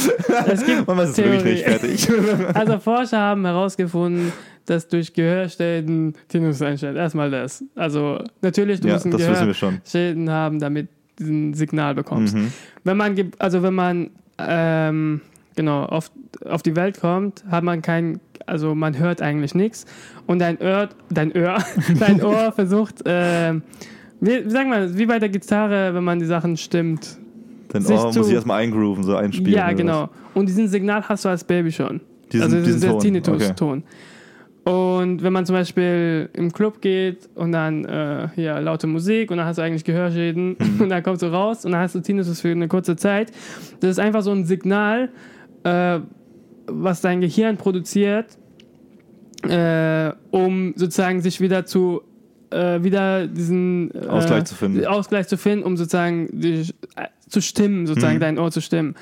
Speaker 1: Es
Speaker 2: *laughs*
Speaker 1: gibt
Speaker 2: Man ist wirklich
Speaker 1: Theorie.
Speaker 2: nicht fertig.
Speaker 1: Also Forscher haben herausgefunden, dass durch Gehörschäden Tinnitus einstellt. Erstmal das. Also natürlich, du
Speaker 2: Ja,
Speaker 1: musst ein
Speaker 2: das
Speaker 1: Gehör
Speaker 2: wissen wir schon.
Speaker 1: Schäden haben, damit du ein Signal bekommst.
Speaker 2: Mhm.
Speaker 1: Wenn man, ge- also wenn man ähm, genau auf, auf die Welt kommt, hat man kein, also man hört eigentlich nichts und dein Ohr, dein Ohr, *laughs* dein Ohr versucht, ähm, wie, wie sagen wir, wie bei der Gitarre, wenn man die Sachen stimmt.
Speaker 2: Dann
Speaker 1: Sich
Speaker 2: oh,
Speaker 1: zu-
Speaker 2: muss ich erstmal eingrooven, so einspielen.
Speaker 1: Ja,
Speaker 2: oder
Speaker 1: genau. Und diesen Signal hast du als Baby schon.
Speaker 2: Diesen-
Speaker 1: also das
Speaker 2: diesen
Speaker 1: ist der
Speaker 2: Ton,
Speaker 1: Tinnitus-Ton. Und wenn man zum Beispiel im Club geht und dann äh, ja, laute Musik und dann hast du eigentlich Gehörschäden *laughs*
Speaker 2: Mhm.
Speaker 1: und dann kommst du raus und dann hast du Tinnitus für eine kurze Zeit. Das ist einfach so ein Signal, äh, was dein Gehirn produziert, äh, um sozusagen sich wieder zu äh, wieder diesen äh,
Speaker 2: Ausgleich zu finden.
Speaker 1: Ausgleich zu finden, um sozusagen dich, äh, zu stimmen, sozusagen
Speaker 2: Mhm.
Speaker 1: dein Ohr zu stimmen.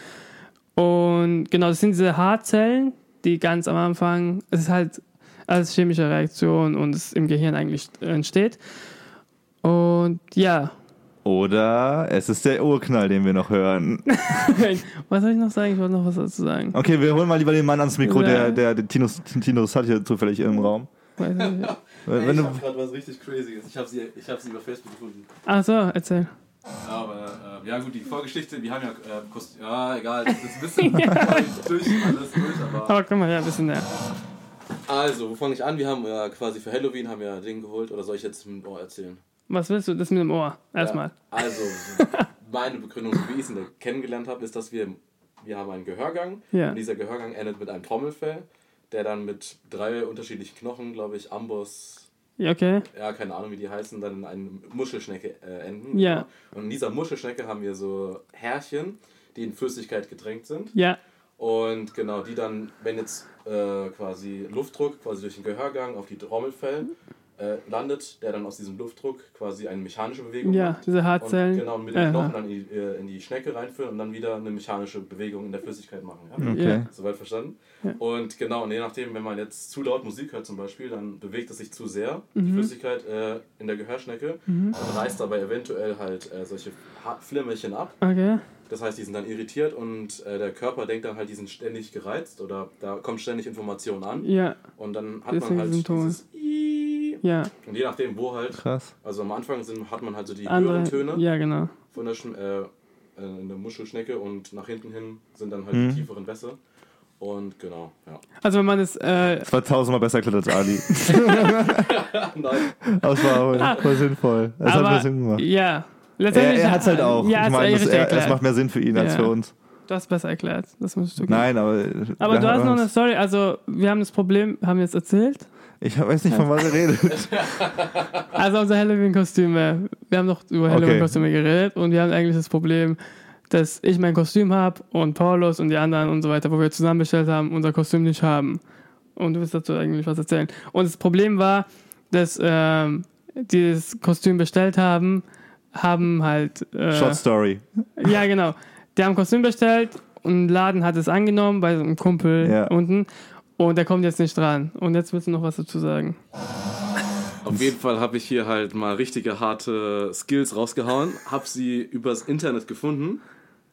Speaker 1: Und genau, das sind diese Haarzellen, die ganz am Anfang, es ist halt als chemische Reaktion und es im Gehirn eigentlich entsteht. Und
Speaker 2: *laughs*
Speaker 1: ja,
Speaker 2: So. Oder es ist der Urknall, den wir noch hören.
Speaker 1: was soll ich noch sagen? Ich wollte noch was dazu sagen.
Speaker 2: Okay, wir holen mal lieber den Mann ans Mikro,
Speaker 1: Ja.
Speaker 2: der, der, der Tinus, Tinus hat hier zufällig im Raum.
Speaker 1: Weiß nicht.
Speaker 2: Wenn
Speaker 3: Ey,
Speaker 2: wenn
Speaker 3: ich
Speaker 2: du,
Speaker 3: hab gerade was richtig Crazyes. Ich hab sie, ich hab sie über Facebook gefunden.
Speaker 1: Ach so, erzähl.
Speaker 3: Aber, äh, ja gut, die Vorgeschichte, wir haben ja äh, Kost Ja, egal, das ist
Speaker 1: *laughs*
Speaker 3: ein bisschen durch, alles durch, aber...
Speaker 1: Aber guck mal, ja, ein bisschen näher.
Speaker 3: Also, wo fange ich an? Wir haben ja quasi für Halloween haben wir ein Ding geholt. Oder soll ich jetzt mit dem Ohr erzählen?
Speaker 1: Was willst du? Das mit dem Ohr. Erstmal.
Speaker 3: Ja,
Speaker 1: *laughs*
Speaker 3: also, meine Begründung, wie ich es kennengelernt habe, ist, dass wir, wir haben einen Gehörgang.
Speaker 1: Ja.
Speaker 3: Und dieser Gehörgang endet mit einem Trommelfell, der dann mit drei unterschiedlichen Knochen, glaube ich, Amboss,
Speaker 1: Ja, okay.
Speaker 3: ja, keine Ahnung, wie die heißen, dann in eine Muschelschnecke äh, enden.
Speaker 1: Ja.
Speaker 3: Und in dieser Muschelschnecke haben wir so Härchen, die in Flüssigkeit getränkt sind.
Speaker 1: Ja.
Speaker 3: Und genau, die dann, wenn jetzt äh, quasi Luftdruck quasi durch den Gehörgang auf die Trommelfell
Speaker 1: Mhm.
Speaker 3: äh, landet, der dann aus diesem Luftdruck quasi eine mechanische Bewegung
Speaker 1: Ja,
Speaker 3: macht.
Speaker 1: diese
Speaker 3: Und,
Speaker 1: Haarzellen.
Speaker 3: genau, und mit den
Speaker 1: Aha.
Speaker 3: Knochen dann in die, äh, in die Schnecke reinführen und dann wieder eine mechanische Bewegung in der Flüssigkeit machen. Ja?
Speaker 2: okay.
Speaker 3: Soweit verstanden? Und genau, und je nachdem, wenn man jetzt zu laut Musik hört zum Beispiel, dann bewegt es sich zu sehr,
Speaker 1: Mhm.
Speaker 3: die Flüssigkeit äh, in der Gehörschnecke, und reißt dabei eventuell halt äh, solche Ha- Flimmerchen ab.
Speaker 1: Okay.
Speaker 3: Das heißt, die sind dann irritiert und äh, der Körper denkt dann halt, die sind ständig gereizt oder da kommt ständig Information an.
Speaker 1: Ja.
Speaker 3: Und dann hat
Speaker 1: Deswegen
Speaker 3: man halt
Speaker 1: Symptome.
Speaker 3: dieses Ii.
Speaker 1: Ja.
Speaker 3: Und je nachdem, wo halt,
Speaker 2: Krass.
Speaker 3: also am Anfang sind, hat man halt so die höheren
Speaker 1: Andere.
Speaker 3: Töne
Speaker 1: Ja, genau.
Speaker 3: von der, Schm äh, äh, in der Muschelschnecke und nach hinten hin sind dann halt die tieferen Wässer. Und genau, ja.
Speaker 1: Also wenn man es, äh,
Speaker 2: Das war tausendmal besser erklärt als Ali.
Speaker 3: Nein,
Speaker 2: Aber es war, war sinnvoll. Es hat
Speaker 1: Ah. aber,
Speaker 2: mir Sinn gemacht.
Speaker 1: ja.
Speaker 2: Er, er hat es halt auch.
Speaker 1: Ja,
Speaker 2: ich
Speaker 1: ich
Speaker 2: meine,
Speaker 1: richtig
Speaker 2: das- er,
Speaker 1: erklärt.
Speaker 2: es macht mehr Sinn für ihn als
Speaker 1: Ja.
Speaker 2: für uns.
Speaker 1: du hast besser erklärt. Das musst du
Speaker 2: Nein, aber.
Speaker 1: Aber
Speaker 2: ja,
Speaker 1: du hast noch eine Story. Also wir haben das Problem, haben wir jetzt erzählt.
Speaker 2: Ich weiß nicht, von was er redet.
Speaker 1: Also unsere Halloween-Kostüme. Wir haben noch über Halloween-Kostüme geredet und wir haben eigentlich das Problem, dass ich mein Kostüm habe und Paulus und die anderen und so weiter, wo wir zusammen bestellt haben, unser Kostüm nicht haben. Und du willst dazu eigentlich was erzählen. Und das Problem war, dass ähm, die das Kostüm bestellt haben, haben halt... Äh,
Speaker 2: Short Story.
Speaker 1: Ja, genau. Die haben Kostüm bestellt und ein Laden hat es angenommen bei so einem Kumpel
Speaker 2: Ja.
Speaker 1: unten. Und der kommt jetzt nicht dran. Und jetzt willst du noch was dazu sagen.
Speaker 3: Auf jeden Fall habe ich hier halt mal richtige harte Skills rausgehauen, habe sie übers Internet gefunden,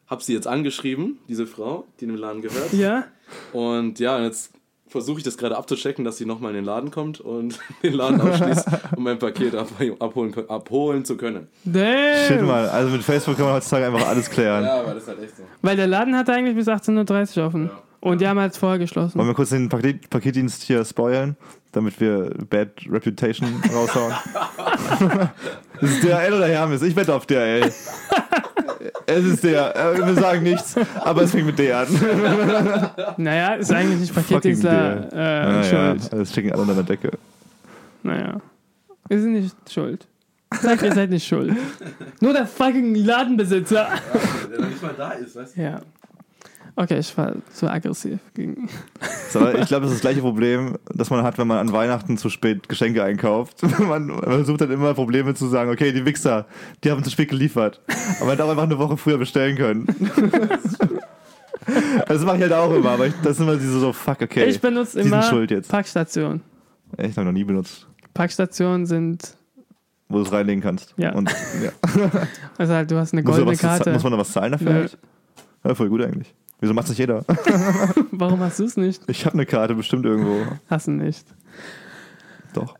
Speaker 3: habe sie jetzt angeschrieben, diese Frau, die dem Laden gehört.
Speaker 1: Ja?
Speaker 3: Und ja, und jetzt versuche ich das gerade abzuchecken, dass sie nochmal in den Laden kommt und *laughs* den Laden aufschließt, um mein Paket ab abholen, ko- abholen zu können.
Speaker 1: Damn!
Speaker 2: Shit, mal. Also mit Facebook kann man heutzutage einfach alles klären.
Speaker 3: aber das ist halt echt so.
Speaker 1: Weil der Laden hatte eigentlich bis 18.30 Uhr offen.
Speaker 3: Ja.
Speaker 1: Und die haben halt vorher geschlossen.
Speaker 2: Wollen wir kurz den Paket Paketdienst hier spoilern, damit wir Bad Reputation raushauen? das ist DHL oder Hermes? Ich wette auf DHL. es ist der. äh, Wir sagen nichts, aber es fängt mit D an.
Speaker 1: Naja, ist eigentlich nicht
Speaker 2: Fucking
Speaker 1: Paketdienstler äh,
Speaker 2: naja,
Speaker 1: schuld.
Speaker 2: das schicken alle unter der Decke.
Speaker 1: Naja. Wir sind nicht schuld. Sag, ihr seid nicht schuld. Nur der fucking Ladenbesitzer.
Speaker 3: Der noch nicht mal da ist, weißt
Speaker 1: Ja. Okay, ich war zu aggressiv. Gegen
Speaker 2: So, ich glaube, das ist das gleiche Problem, das man hat, wenn man an Weihnachten zu spät Geschenke einkauft. *laughs* Man man versucht dann immer Probleme zu sagen, okay, die Wichser, die haben zu spät geliefert. Aber man hätte auch einfach eine Woche früher
Speaker 1: *laughs*
Speaker 2: bestellen können. Das mache ich halt auch immer, aber ich, das ist immer diese so, fuck, okay.
Speaker 1: Ich benutze
Speaker 2: die sind
Speaker 1: immer
Speaker 2: schuld jetzt.
Speaker 1: Packstationen.
Speaker 2: Ich habe noch nie benutzt,
Speaker 1: Packstationen sind,
Speaker 2: wo du es reinlegen kannst.
Speaker 1: Ja.
Speaker 2: Und,
Speaker 1: *laughs*
Speaker 2: ja.
Speaker 1: also halt, du hast eine
Speaker 2: Muss, da
Speaker 1: goldene
Speaker 2: was,
Speaker 1: Karte.
Speaker 2: muss man da was zahlen dafür?
Speaker 1: Nö.
Speaker 2: halt? Ja, voll gut eigentlich. Wieso macht's nicht jeder?
Speaker 1: Warum hast du es nicht?
Speaker 2: Ich habe eine Karte bestimmt irgendwo.
Speaker 1: Hast du nicht.
Speaker 2: Doch.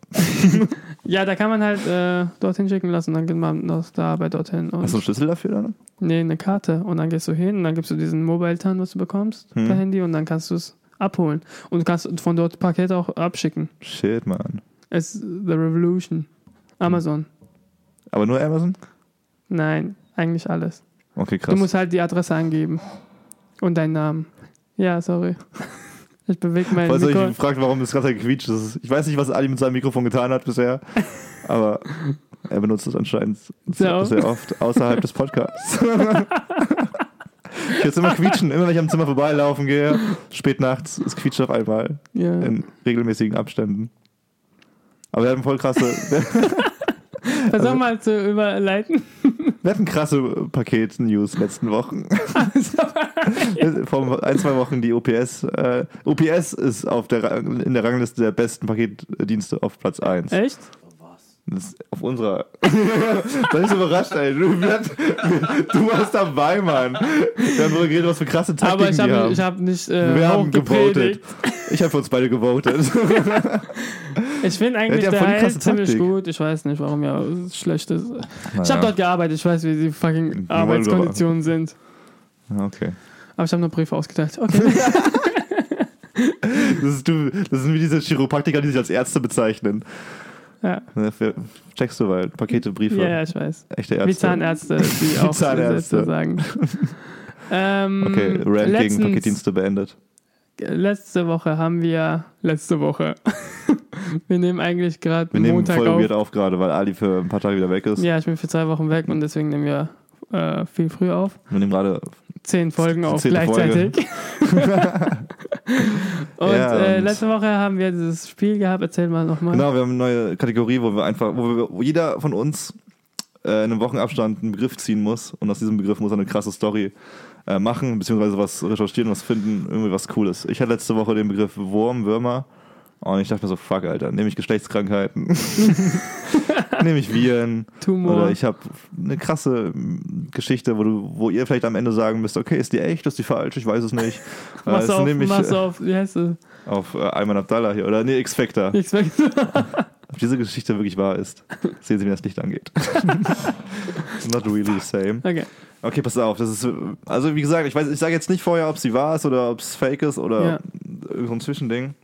Speaker 1: Ja, da kann man halt äh, dorthin schicken lassen, dann geht man aus der Arbeit dorthin. Und
Speaker 2: Hast du einen Schlüssel dafür dann?
Speaker 1: Nee, eine Karte. Und dann gehst du hin und dann gibst du diesen Mobile-Tan, was du bekommst,
Speaker 2: Hm.
Speaker 1: per Handy und dann kannst du es abholen. Und du kannst von dort Pakete auch abschicken.
Speaker 2: Shit, Mann.
Speaker 1: Es ist The
Speaker 2: Hm.
Speaker 1: Revolution. Amazon.
Speaker 2: Aber nur Amazon?
Speaker 1: Nein, eigentlich alles.
Speaker 2: Okay, krass.
Speaker 1: Du musst halt die Adresse angeben. Und deinen Namen. Ja,
Speaker 2: *laughs*
Speaker 1: sorry. Ich bewege mein
Speaker 2: Falls ihr euch
Speaker 1: Mikro.
Speaker 2: fragt, warum das gerade gequietscht ist. Ich weiß nicht, was Ali mit seinem Mikrofon getan hat bisher, aber er benutzt es anscheinend
Speaker 1: Sehr
Speaker 2: sehr,
Speaker 1: oft.
Speaker 2: sehr oft außerhalb des Podcasts. ich jetzt immer quietschen, immer wenn ich am Zimmer vorbeilaufen gehe, spät nachts, es quietscht auf einmal
Speaker 1: Ja.
Speaker 2: in regelmäßigen Abständen. Aber wir hatten voll krasse, wir also
Speaker 1: Versuch mal zu überleiten.
Speaker 2: hatten krasse Paket-News
Speaker 1: *laughs*
Speaker 2: letzten Wochen. Vor ein, zwei Wochen die OPS. Äh, OPS ist auf der, Rang- in der Rangliste der besten Paketdienste auf Platz 1.
Speaker 1: Echt?
Speaker 3: Was?
Speaker 2: Das ist auf unserer. *laughs* das ist überrascht, ey. Du, wir, du warst dabei, Mann. Wir haben darüber geredet, was für krasse Taktiken
Speaker 1: Aber ich
Speaker 2: die
Speaker 1: habe
Speaker 2: haben.
Speaker 1: ich hab nicht äh,
Speaker 2: wir haben
Speaker 1: hochgepredigt.
Speaker 2: gewotet. Ich habe für uns beide gewotet.
Speaker 1: Ich finde eigentlich
Speaker 2: Ja, die
Speaker 1: der
Speaker 2: haben voll die
Speaker 1: Hype
Speaker 2: krasse
Speaker 1: ziemlich
Speaker 2: Taktik.
Speaker 1: gut. Ich weiß nicht, warum ja es ist schlecht ist. Ich
Speaker 2: *laughs*
Speaker 1: habe
Speaker 2: Naja.
Speaker 1: dort gearbeitet. Ich weiß, wie die fucking Arbeitskonditionen sind.
Speaker 2: Okay.
Speaker 1: Aber ich habe nur Briefe
Speaker 2: *laughs*
Speaker 1: ausgeteilt. Okay.
Speaker 2: Das, ist, du, das sind wie diese Chiropraktiker, die sich als Ärzte bezeichnen.
Speaker 1: ja.
Speaker 2: Dafür checkst du mal Pakete, Briefe.
Speaker 1: ja, ja, ich weiß.
Speaker 2: Echte
Speaker 1: Wie
Speaker 2: Ärzte.
Speaker 1: Zahnärzte,
Speaker 2: *laughs*
Speaker 1: die auch
Speaker 2: Zahnärzte.
Speaker 1: Sätze sagen.
Speaker 2: *laughs*
Speaker 1: Ähm,
Speaker 2: Okay, Rant
Speaker 1: letztens-
Speaker 2: gegen Paketdienste beendet.
Speaker 1: Letzte Woche haben wir. Letzte Woche. *laughs* wir nehmen eigentlich gerade
Speaker 2: Wir nehmen
Speaker 1: Montag
Speaker 2: voll weird
Speaker 1: auf.
Speaker 2: auf gerade, weil Ali für ein paar Tage wieder weg ist.
Speaker 1: Ja, ich bin für zwei Wochen weg und deswegen nehmen wir äh, viel früher auf.
Speaker 2: Wir nehmen gerade
Speaker 1: zehn Folgen
Speaker 2: Die
Speaker 1: auf
Speaker 2: zehnte
Speaker 1: gleichzeitig.
Speaker 2: *laughs*
Speaker 1: *laughs* und
Speaker 2: Ja,
Speaker 1: äh,
Speaker 2: und-
Speaker 1: letzte Woche haben wir dieses Spiel gehabt, erzähl mal nochmal.
Speaker 2: Genau, wir haben eine neue Kategorie, wo wir einfach, wo, wir, wo jeder von uns äh, in einem Wochenabstand einen Begriff ziehen muss und aus diesem Begriff muss er eine krasse Story äh, machen, beziehungsweise was recherchieren, was finden, irgendwie was Cooles. Ich hatte letzte Woche den Begriff Wurm, Würmer und ich dachte mir so, fuck, Alter, nehme ich Geschlechtskrankheiten, *laughs* nehme ich Viren
Speaker 1: Tumor.
Speaker 2: oder ich habe eine krasse mm, Geschichte, wo, du, wo ihr vielleicht am Ende sagen müsst, okay, ist die echt, ist die falsch, ich weiß es nicht.
Speaker 1: *laughs*
Speaker 2: Äh,
Speaker 1: Mach's
Speaker 2: das
Speaker 1: auf,
Speaker 2: nehme ich
Speaker 1: mach's
Speaker 2: äh,
Speaker 1: auf, wie heißt es?
Speaker 2: auf äh, Ayman Abdallah hier, oder nee, X-Factor.
Speaker 1: Nichts weg.
Speaker 2: Ob diese Geschichte wirklich wahr ist, sehen Sie, wenn das Licht
Speaker 1: *laughs*
Speaker 2: angeht. It's not really the same.
Speaker 1: *laughs* Okay.
Speaker 2: Okay, pass auf. Das ist, äh, also wie gesagt, ich, weiß- ich sage jetzt nicht vorher, ob sie wahr ist oder ob es fake ist
Speaker 1: Ja.
Speaker 2: oder irgend so ein Zwischending.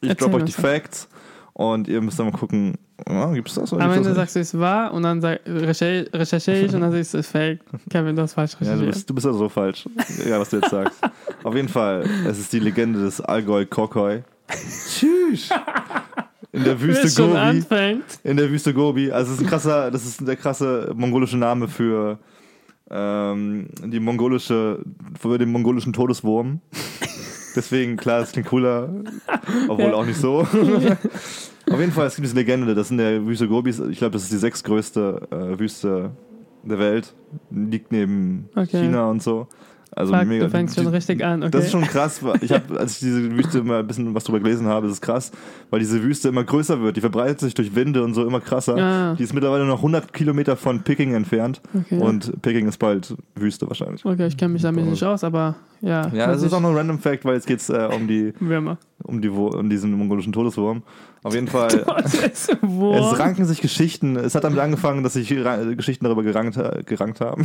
Speaker 2: Ich
Speaker 1: Erzähl
Speaker 2: droppe euch die
Speaker 1: uns das.
Speaker 2: Facts und ihr müsst dann mal gucken, ja, gibt es das oder
Speaker 1: Am
Speaker 2: gibt's
Speaker 1: Ende
Speaker 2: das nicht?
Speaker 1: sagst du, es war und dann sag, recherche, recherche ich und dann sagst du, es ist fake. Kevin, du hast falsch
Speaker 2: ja, du,
Speaker 1: recherchiert.
Speaker 2: bist, du bist also so falsch, egal was du
Speaker 1: *laughs*
Speaker 2: jetzt sagst. auf jeden Fall, es ist die Legende des
Speaker 1: *laughs*
Speaker 2: Allgäu Kokoi. Tschüss! In der
Speaker 1: Wenn
Speaker 2: Wüste
Speaker 1: es schon
Speaker 2: Gobi.
Speaker 1: anfängt.
Speaker 2: In der Wüste Gobi. Also es ist ein krasser, das ist der krasse mongolische Name für ähm, die mongolische, für den mongolischen Todeswurm. *laughs* Deswegen, klar, es klingt cooler, obwohl
Speaker 1: Ja.
Speaker 2: auch
Speaker 1: *laughs*
Speaker 2: nicht so. Auf jeden Fall, es gibt diese Legende, dass in der Wüste Gobi, ist- ich glaube, das ist die sechstgrößte äh, Wüste der Welt, liegt neben
Speaker 1: Okay.
Speaker 2: China und so. Also
Speaker 1: Fuck,
Speaker 2: mega.
Speaker 1: du fängst schon
Speaker 2: die-
Speaker 1: richtig an, okay.
Speaker 2: das ist schon krass. weil Ich habe, als ich diese Wüste mal ein bisschen was drüber gelesen habe, ist es krass, weil diese Wüste immer größer wird. Die verbreitet sich durch Winde und so immer krasser.
Speaker 1: Ah.
Speaker 2: Die ist mittlerweile noch 100 Kilometer von Peking entfernt.
Speaker 1: Okay.
Speaker 2: Und Peking ist bald Wüste wahrscheinlich.
Speaker 1: okay, ich kenne mich damit nicht aus, aber ja.
Speaker 2: Ja, das
Speaker 1: hört
Speaker 2: ist auch
Speaker 1: sich-
Speaker 2: noch ein Random Fact, weil jetzt geht's äh, um, die,
Speaker 1: Würmer.
Speaker 2: um, die, Wo- um diesen mongolischen Todeswurm. Auf jeden Fall.
Speaker 1: *laughs* *laughs* Es ist
Speaker 2: Es
Speaker 1: Wurm.
Speaker 2: ranken sich Geschichten. Es hat damit angefangen, dass sich ra- Geschichten darüber gerankt, äh, gerankt haben,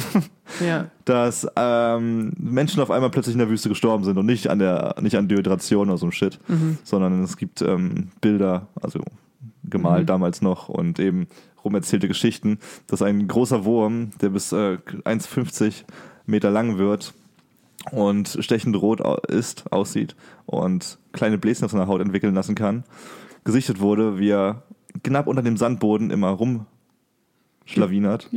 Speaker 1: Ja.
Speaker 2: dass ähm, Menschen auf einmal plötzlich in der Wüste gestorben sind und nicht an der nicht an Dehydration oder so einem Shit, sondern es gibt ähm, Bilder, also gemalt damals noch und eben rumerzählte Geschichten, dass ein großer Wurm, der bis äh, 1,50 Meter lang wird und stechend rot au- ist, aussieht und kleine Bläschen auf seiner Haut entwickeln lassen kann, gesichtet wurde, wie er knapp unter dem Sandboden immer rumschlawinert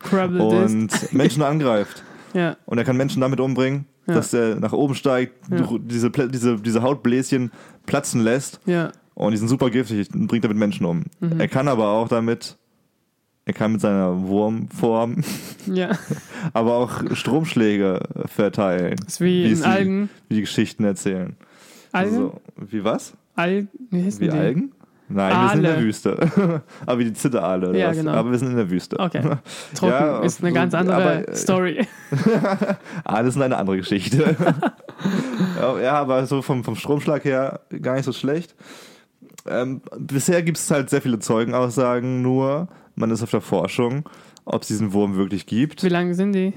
Speaker 1: Probably this.
Speaker 2: und Menschen angreift.
Speaker 1: Ja.
Speaker 2: Und er kann Menschen damit umbringen,
Speaker 1: Ja.
Speaker 2: dass der nach oben steigt,
Speaker 1: Ja.
Speaker 2: ru- diese, Plä- diese, diese Hautbläschen platzen lässt
Speaker 1: Ja,
Speaker 2: und die sind super giftig und bringt damit Menschen um.
Speaker 1: Mhm.
Speaker 2: Er kann aber auch damit, er kann mit seiner Wurmform, *laughs*
Speaker 1: ja.
Speaker 2: aber auch Stromschläge verteilen.
Speaker 1: Ist wie,
Speaker 2: Wie
Speaker 1: in
Speaker 2: es die-
Speaker 1: Algen.
Speaker 2: Wie die Geschichten erzählen.
Speaker 1: Algen?
Speaker 2: Also, wie was?
Speaker 1: Algen? Wie heißen die?
Speaker 2: Wie Algen? Nein, wir sind in der
Speaker 1: Aale.
Speaker 2: Wüste. *laughs* aber wie die Zitterale. oder
Speaker 1: Ja,
Speaker 2: was?
Speaker 1: genau.
Speaker 2: Aber wir sind in der Wüste.
Speaker 1: Okay. Trocken
Speaker 2: *laughs* Ja,
Speaker 1: ist eine
Speaker 2: so-
Speaker 1: ganz andere
Speaker 2: aber, äh, *laughs*
Speaker 1: Story.
Speaker 2: Ah, das ist eine
Speaker 1: *laughs*
Speaker 2: andere Geschichte. ja, aber so vom, vom Stromschlag her gar nicht so schlecht. Ähm, bisher gibt es halt sehr viele Zeugenaussagen, nur man ist auf der Forschung, ob es diesen Wurm wirklich gibt.
Speaker 1: Wie lang sind die?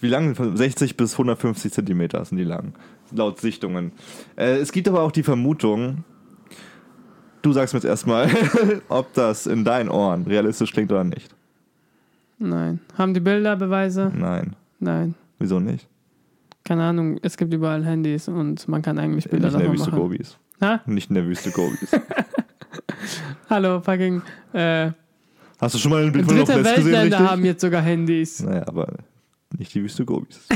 Speaker 2: Wie lang? Von 60 bis 150 Zentimeter sind die lang, laut Sichtungen. Äh, es gibt aber auch die Vermutung, du sagst mir jetzt erstmal, *laughs* ob das in deinen Ohren realistisch klingt oder nicht.
Speaker 1: Nein. Haben die Bilder Beweise?
Speaker 2: Nein.
Speaker 1: Nein.
Speaker 2: Wieso nicht?
Speaker 1: Keine Ahnung, es gibt überall Handys und man kann eigentlich Bilder
Speaker 2: nicht in der
Speaker 1: davon
Speaker 2: Wüste
Speaker 1: machen.
Speaker 2: Gobis.
Speaker 1: Ha?
Speaker 2: Nicht in der Wüste Gobis.
Speaker 1: Hallo, fucking. Äh,
Speaker 2: Hast du schon mal einen Blick von
Speaker 1: dritte
Speaker 2: Nordwest gesehen, richtig?
Speaker 1: Weltländer haben jetzt sogar Handys.
Speaker 2: Naja, aber nicht die Wüste Gobis. *laughs*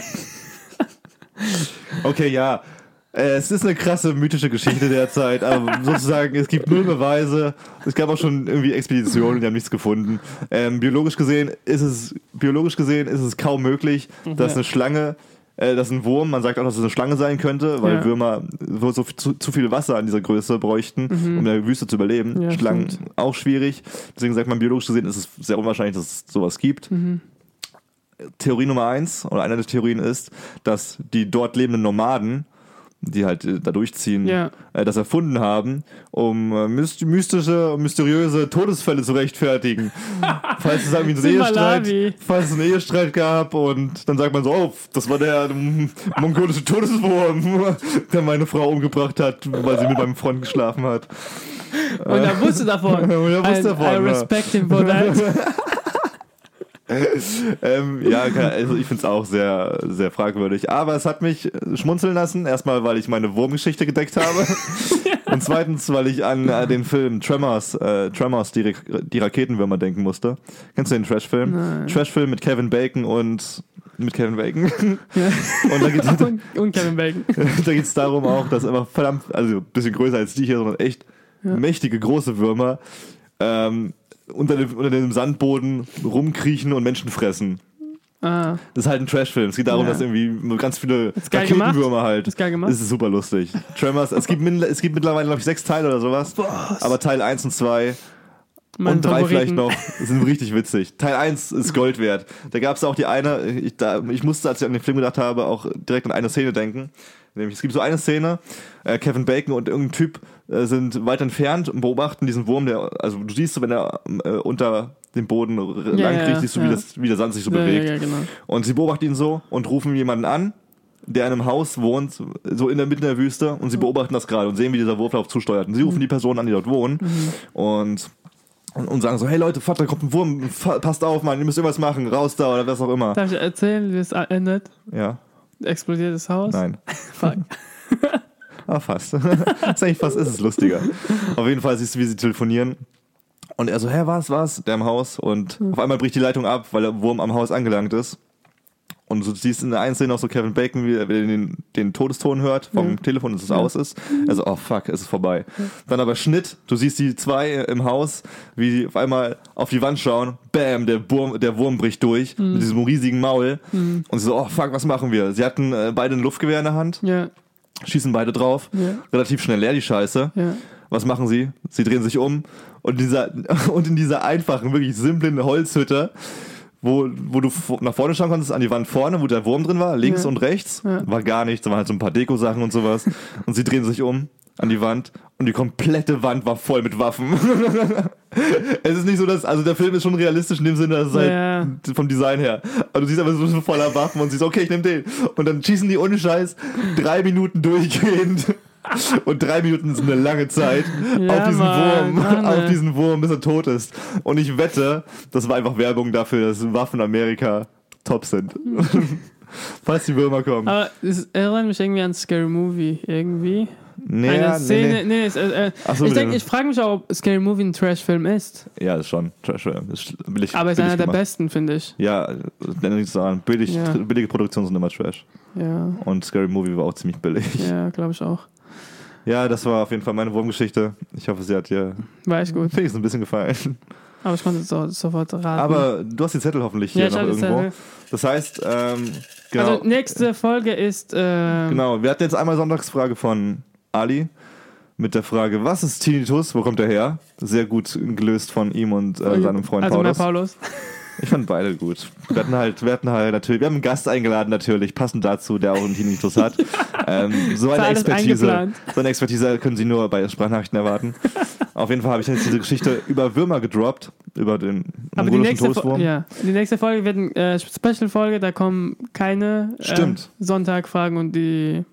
Speaker 2: okay, ja. Äh, Es ist eine krasse mythische Geschichte derzeit, aber sozusagen, es gibt null Beweise. Es gab auch schon irgendwie Expeditionen, die haben nichts gefunden. Ähm, biologisch gesehen ist es, biologisch gesehen ist es kaum möglich, dass
Speaker 1: Mhm. Ja.
Speaker 2: eine Schlange, äh, dass ein Wurm, man sagt auch, dass es eine Schlange sein könnte, weil
Speaker 1: Ja.
Speaker 2: Würmer so, so zu, zu viel Wasser an dieser Größe bräuchten,
Speaker 1: Mhm.
Speaker 2: um in der Wüste zu überleben.
Speaker 1: Ja,
Speaker 2: Schlangen
Speaker 1: stimmt.
Speaker 2: auch schwierig. Deswegen sagt man, biologisch gesehen ist es sehr unwahrscheinlich, dass es sowas gibt.
Speaker 1: Mhm.
Speaker 2: Theorie Nummer eins oder einer der Theorien ist, dass die dort lebenden Nomaden, die halt äh, da durchziehen,
Speaker 1: Ja.
Speaker 2: äh, das erfunden haben, um äh, myst- mystische, mysteriöse Todesfälle
Speaker 1: *laughs*
Speaker 2: zu rechtfertigen. falls es irgendwie einen
Speaker 1: In
Speaker 2: Ehestreit,
Speaker 1: Malawi.
Speaker 2: falls es einen Ehestreit gab und dann sagt man so, oh, das war der mm, mongolische Todeswurm, *laughs* der meine Frau umgebracht hat, weil sie mit meinem Freund geschlafen hat.
Speaker 1: Und er wusste davon.
Speaker 2: *laughs* Und er wusste
Speaker 1: I,
Speaker 2: davon, ne?
Speaker 1: I
Speaker 2: ja.
Speaker 1: respect him for that.
Speaker 2: *laughs*
Speaker 1: *laughs*
Speaker 2: ähm, ja, keine- also ich finde es auch sehr, sehr fragwürdig. Aber es hat mich äh, schmunzeln lassen. Erstmal, weil ich meine Wurmgeschichte
Speaker 1: *laughs*
Speaker 2: gedeckt habe. *laughs* Und zweitens, weil ich an äh, den Film Tremors, äh, Tremors die, Ra- die Raketenwürmer denken musste. Kennst du den Trash-Film?
Speaker 1: Nein.
Speaker 2: Trash-Film mit Kevin Bacon und mit Kevin Bacon. *laughs*
Speaker 1: Ja. *laughs*
Speaker 2: Und da geht es
Speaker 1: und, und Kevin Bacon.
Speaker 2: *laughs* da geht's darum auch, dass einfach verdammt, also ein bisschen größer als die hier, sondern echt mächtige, große Würmer ähm, unter, dem, unter dem Sandboden rumkriechen und Menschen fressen.
Speaker 1: Ah,
Speaker 2: Das ist halt ein Trash-Film. Es geht darum,
Speaker 1: Ja.
Speaker 2: dass irgendwie ganz viele
Speaker 1: Ist geil gemacht.
Speaker 2: Raketenwürmer halt.
Speaker 1: Ist geil gemacht.
Speaker 2: Es ist super lustig. Tremors, es gibt, min- es gibt mittlerweile, glaube ich, sechs Teile oder sowas. Aber Teil 1 und 2
Speaker 1: mein
Speaker 2: und 3
Speaker 1: Favoriten.
Speaker 2: vielleicht noch sind richtig witzig. Teil 1 ist Gold wert. Da gab es auch die eine, ich, da, ich musste, als ich an den Film gedacht habe, auch direkt an eine Szene denken. Nämlich, es gibt so eine Szene, äh, Kevin Bacon und irgendein Typ äh, sind weit entfernt und beobachten diesen Wurm, der, also du siehst, so, wenn er äh, unter dem Boden r-
Speaker 1: Ja,
Speaker 2: langkriecht,
Speaker 1: ja,
Speaker 2: siehst du,
Speaker 1: ja.
Speaker 2: wie, das, wie der Sand sich so
Speaker 1: Ja,
Speaker 2: bewegt.
Speaker 1: ja, genau.
Speaker 2: Und sie beobachten ihn so und rufen jemanden an, der in einem Haus wohnt, so in der Mitte der Wüste, und sie beobachten das gerade und sehen, wie dieser Wurmlauf zusteuert. Und sie rufen die Personen an, die dort wohnen, und, und, und sagen so: Hey Leute, Vater, kommt ein Wurm, fa- passt auf, Mann, ihr müsst irgendwas machen, raus da oder was auch immer.
Speaker 1: Darf ich erzählen, wie es endet?
Speaker 2: Ja,
Speaker 1: Explodiert das Haus?
Speaker 2: nein. *laughs*
Speaker 1: Fuck.
Speaker 2: Ah, fast. *laughs* ist eigentlich fast, ist es lustiger. Auf jeden Fall siehst du, wie sie telefonieren. Und er so, hä, was, was? Der im Haus. Und auf einmal bricht die Leitung ab, weil der Wurm am Haus angelangt ist. Und du siehst in der einen Szene noch so Kevin Bacon, wie er den, den Todeston hört vom Telefon, dass es aus ist. Also, oh fuck, es ist vorbei. Dann aber Schnitt, du siehst die zwei im Haus, wie sie auf einmal auf die Wand schauen. Bam, der Wurm, der Wurm bricht durch mit diesem riesigen Maul. Und sie so, oh fuck, was machen wir? Sie hatten äh, beide ein Luftgewehr in der Hand
Speaker 1: Ja,
Speaker 2: schießen beide drauf.
Speaker 1: Ja.
Speaker 2: Relativ schnell leer die Scheiße.
Speaker 1: ja.
Speaker 2: Was machen sie? Sie drehen sich um und, dieser, *laughs* und in dieser einfachen, wirklich simplen Holzhütte, wo, wo du vo- nach vorne schauen konntest, an die Wand vorne, wo der Wurm drin war, links
Speaker 1: Ja.
Speaker 2: und rechts,
Speaker 1: Ja.
Speaker 2: war gar nichts, da waren halt so ein paar Deko-Sachen und sowas. und sie drehen sich um an die Wand und die komplette Wand war voll mit Waffen. es ist nicht so, dass, also der Film ist schon realistisch in dem Sinne, dass es halt
Speaker 1: Ja.
Speaker 2: vom Design her. Aber du siehst aber so voller Waffen und siehst, okay, ich nehme den. Und dann schießen die ohne Scheiß drei Minuten durchgehend.
Speaker 1: *laughs*
Speaker 2: Und drei Minuten ist eine lange Zeit
Speaker 1: Ja,
Speaker 2: auf diesen
Speaker 1: Mann,
Speaker 2: Wurm,
Speaker 1: Mann,
Speaker 2: *laughs* auf
Speaker 1: ey.
Speaker 2: diesen Wurm, bis er tot ist. Und ich wette, das war einfach Werbung dafür, dass Waffen Amerika
Speaker 1: *laughs*
Speaker 2: top sind. Falls die Würmer kommen.
Speaker 1: Aber es erinnert mich irgendwie an Scary Movie, irgendwie.
Speaker 2: Nee,
Speaker 1: eine
Speaker 2: ja, nee,
Speaker 1: Szene.
Speaker 2: nee.
Speaker 1: Nee, es- äh, äh,
Speaker 2: Ach so,
Speaker 1: ich
Speaker 2: mit
Speaker 1: denk,
Speaker 2: dem-
Speaker 1: ich frage mich auch, ob Scary Movie ein Trash-Film ist.
Speaker 2: Ja, ist schon. Trash Film. Ist schl- billig,
Speaker 1: Aber es ist
Speaker 2: billig
Speaker 1: einer der
Speaker 2: gemacht.
Speaker 1: besten, finde ich.
Speaker 2: Ja, äh, nenne nichts daran. Billig,
Speaker 1: Ja.
Speaker 2: Billige Produktionen sind immer Trash.
Speaker 1: Ja,
Speaker 2: Und Scary Movie war auch ziemlich billig. Ja,
Speaker 1: ja glaube ich auch.
Speaker 2: das war auf jeden Fall meine Wurmgeschichte. Ich hoffe, sie hat dir *laughs*
Speaker 1: War echt gut.
Speaker 2: wenigstens ein bisschen gefallen.
Speaker 1: Aber ich konnte es so, sofort raten.
Speaker 2: Aber du hast die Zettel hoffentlich hier
Speaker 1: ja, ich
Speaker 2: noch
Speaker 1: hab jetzt,
Speaker 2: irgendwo.
Speaker 1: äh,
Speaker 2: Das heißt, ähm, genau,
Speaker 1: Also nächste Folge ist äh,
Speaker 2: genau. Wir hatten jetzt einmal Sonntagsfrage von Ali mit der Frage, was ist Tinnitus? Wo kommt er her? Sehr gut gelöst von ihm und äh, seinem Freund
Speaker 1: also
Speaker 2: Paulus.
Speaker 1: mein Paulus.
Speaker 2: Ich fand beide gut. Wir hatten halt, wir hatten halt natürlich, wir haben einen Gast eingeladen natürlich, passend dazu, der auch einen Tinnitus hat. ähm, so eine
Speaker 1: alles
Speaker 2: Expertise,
Speaker 1: eingeplant.
Speaker 2: so eine Expertise können Sie nur bei Sprachnachrichten erwarten. Auf jeden Fall habe ich jetzt diese Geschichte über Würmer gedroppt, über den
Speaker 1: Aber die
Speaker 2: mongolischen
Speaker 1: nächste, Fo-
Speaker 2: Toastwurm.
Speaker 1: ja, die nächste Folge wird eine äh, Special-Folge, da kommen keine äh,
Speaker 2: Stimmt.
Speaker 1: Sonntagfragen und die.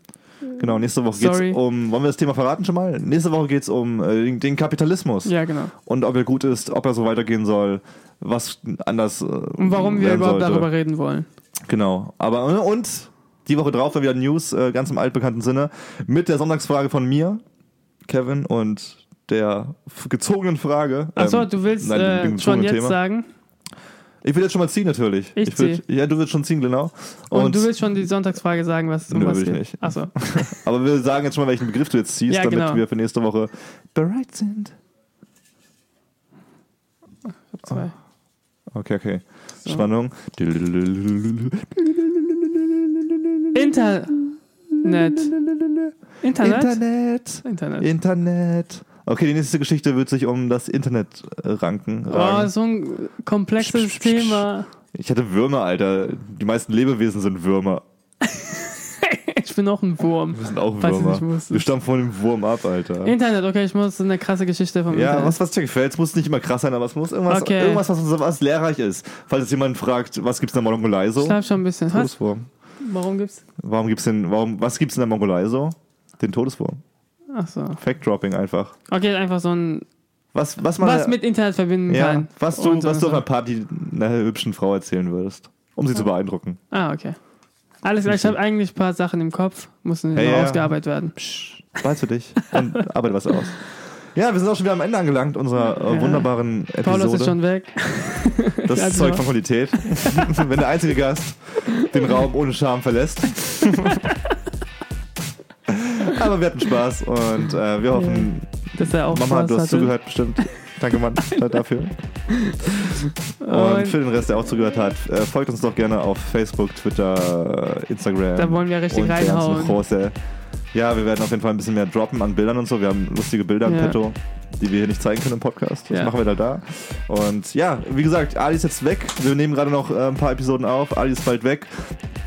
Speaker 2: Genau, nächste Woche geht
Speaker 1: Sorry.
Speaker 2: es um, wollen wir das Thema verraten schon mal? Nächste Woche geht es um äh, den- den Kapitalismus
Speaker 1: Ja, genau.
Speaker 2: und ob er gut ist, ob er so weitergehen soll, was anders äh,
Speaker 1: Und warum wir
Speaker 2: werden
Speaker 1: überhaupt
Speaker 2: sollte.
Speaker 1: darüber reden wollen.
Speaker 2: Genau. Aber äh, und die Woche drauf dann wieder News, äh, ganz im altbekannten Sinne, mit der Sonntagsfrage von mir, Kevin, und der f- gezogenen Frage.
Speaker 1: Achso,
Speaker 2: ähm,
Speaker 1: du willst
Speaker 2: nein, dem
Speaker 1: äh, schon
Speaker 2: gezogenen
Speaker 1: jetzt
Speaker 2: Thema.
Speaker 1: sagen.
Speaker 2: Ich will jetzt schon mal ziehen, natürlich.
Speaker 1: Ich
Speaker 2: will, Ja, du willst schon ziehen, genau.
Speaker 1: Und,
Speaker 2: Und,
Speaker 1: du willst schon die Sonntagsfrage sagen, was um
Speaker 2: Nö,
Speaker 1: was
Speaker 2: will ich
Speaker 1: geht.
Speaker 2: nicht.
Speaker 1: Achso.
Speaker 2: aber wir sagen jetzt schon mal, welchen Begriff du jetzt ziehst,
Speaker 1: Ja,
Speaker 2: damit
Speaker 1: genau.
Speaker 2: wir für nächste Woche bereit sind.
Speaker 1: Zwei.
Speaker 2: Okay, okay. Spannung.
Speaker 1: Internet. Internet?
Speaker 2: Internet.
Speaker 1: Internet.
Speaker 2: Internet. Okay, die nächste Geschichte wird sich um das Internet äh, ranken.
Speaker 1: Oh,
Speaker 2: ranken.
Speaker 1: so ein komplexes Thema.
Speaker 2: Ich hatte Würmer, Alter. Die meisten Lebewesen sind Würmer.
Speaker 1: Ich bin auch ein Wurm.
Speaker 2: Wir sind auch
Speaker 1: Falls ihr
Speaker 2: Würmer.
Speaker 1: nicht wusstet.
Speaker 2: Wir stammen von dem Wurm ab, Alter.
Speaker 1: Internet, okay, ich muss eine krasse Geschichte vom
Speaker 2: Ja,
Speaker 1: Internet.
Speaker 2: was, was dir gefällt, es muss nicht immer krass sein, aber es muss irgendwas,
Speaker 1: Okay.
Speaker 2: irgendwas was, uns- was lehrreich ist. Falls jetzt jemand fragt, was gibt's in der Mongolei so?
Speaker 1: Ich glaube schon ein bisschen. Was?
Speaker 2: Todeswurm.
Speaker 1: Warum gibt's?
Speaker 2: Warum gibt's denn, warum, was gibt's in der Mongolei so? Den Todeswurm.
Speaker 1: Achso.
Speaker 2: Fact-Dropping einfach.
Speaker 1: Okay, einfach so ein.
Speaker 2: Was, was man,
Speaker 1: Was mit Internet verbinden
Speaker 2: ja,
Speaker 1: kann.
Speaker 2: was du,
Speaker 1: Und so-
Speaker 2: was du auf einer Party einer hübschen Frau erzählen würdest, um sie zu beeindrucken.
Speaker 1: Ah, okay. Alles klar, ich habe eigentlich ein paar Sachen im Kopf, müssen
Speaker 2: Ja,
Speaker 1: noch
Speaker 2: ja.
Speaker 1: ausgearbeitet werden.
Speaker 2: Weißt du dich und
Speaker 1: *laughs*
Speaker 2: arbeite was aus. Ja, wir sind auch schon wieder am Ende angelangt unserer äh,
Speaker 1: Ja.
Speaker 2: wunderbaren Episode.
Speaker 1: Paulus ist schon weg.
Speaker 2: Das
Speaker 1: Ja,
Speaker 2: ist Zeug
Speaker 1: genau. *laughs*
Speaker 2: von Qualität. Wenn der einzige Gast den Raum ohne
Speaker 1: *laughs*
Speaker 2: Scham verlässt. Aber wir hatten Spaß und äh, wir hoffen,
Speaker 1: Dass er auch
Speaker 2: Mama,
Speaker 1: Spaß
Speaker 2: du hast
Speaker 1: hatte.
Speaker 2: zugehört, bestimmt.
Speaker 1: *laughs*
Speaker 2: Danke, Mann, dafür. Und
Speaker 1: Und
Speaker 2: für den Rest, der auch zugehört hat, äh, folgt uns doch gerne auf Facebook, Twitter, äh, Instagram.
Speaker 1: Da wollen wir richtig
Speaker 2: und der ganzen
Speaker 1: reinhauen.
Speaker 2: Große. Ja, wir werden auf jeden Fall ein bisschen mehr droppen an Bildern und so. Wir haben lustige Bilder im
Speaker 1: Ja.
Speaker 2: Petto, die wir hier nicht zeigen können im Podcast. Das
Speaker 1: Ja.
Speaker 2: machen wir da da. Und ja, wie gesagt, Ali ist jetzt weg. Wir nehmen gerade noch äh, ein paar Episoden auf. Ali ist bald weg.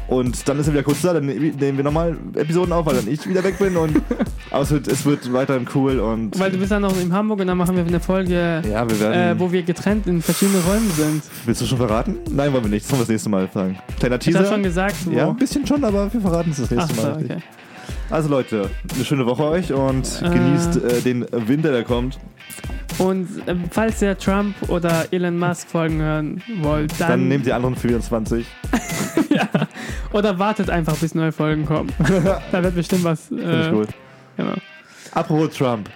Speaker 2: Und dann ist er wieder kurz da, dann ne- nehmen wir nochmal Episoden auf, weil dann ich wieder weg
Speaker 1: *laughs*
Speaker 2: bin. Und, aber es wird, es wird weiterhin cool und
Speaker 1: Weil du bist dann noch in Hamburg und dann machen wir eine Folge,
Speaker 2: ja, wir werden.
Speaker 1: äh, wo wir getrennt in verschiedene Räumen sind.
Speaker 2: Willst du schon verraten? Nein, wollen wir nicht. Das wollen wir das nächste Mal sagen. Kleiner
Speaker 1: Ich
Speaker 2: Teaser.
Speaker 1: habe schon gesagt, wo.
Speaker 2: ja, ein bisschen schon, aber wir verraten es das
Speaker 1: Ach
Speaker 2: nächste
Speaker 1: so,
Speaker 2: Mal.
Speaker 1: okay.
Speaker 2: Also Leute, eine schöne Woche euch und
Speaker 1: Äh.
Speaker 2: genießt äh, den Winter, der kommt.
Speaker 1: Und ähm, falls ihr Trump oder Elon Musk Folgen hören wollt, dann, *laughs*
Speaker 2: Dann, nehmt die anderen *laughs* 24.
Speaker 1: oder wartet einfach, bis neue Folgen kommen. da wird bestimmt was.
Speaker 2: Finde ich
Speaker 1: Äh,
Speaker 2: gut.
Speaker 1: genau.
Speaker 2: Apropos Trump.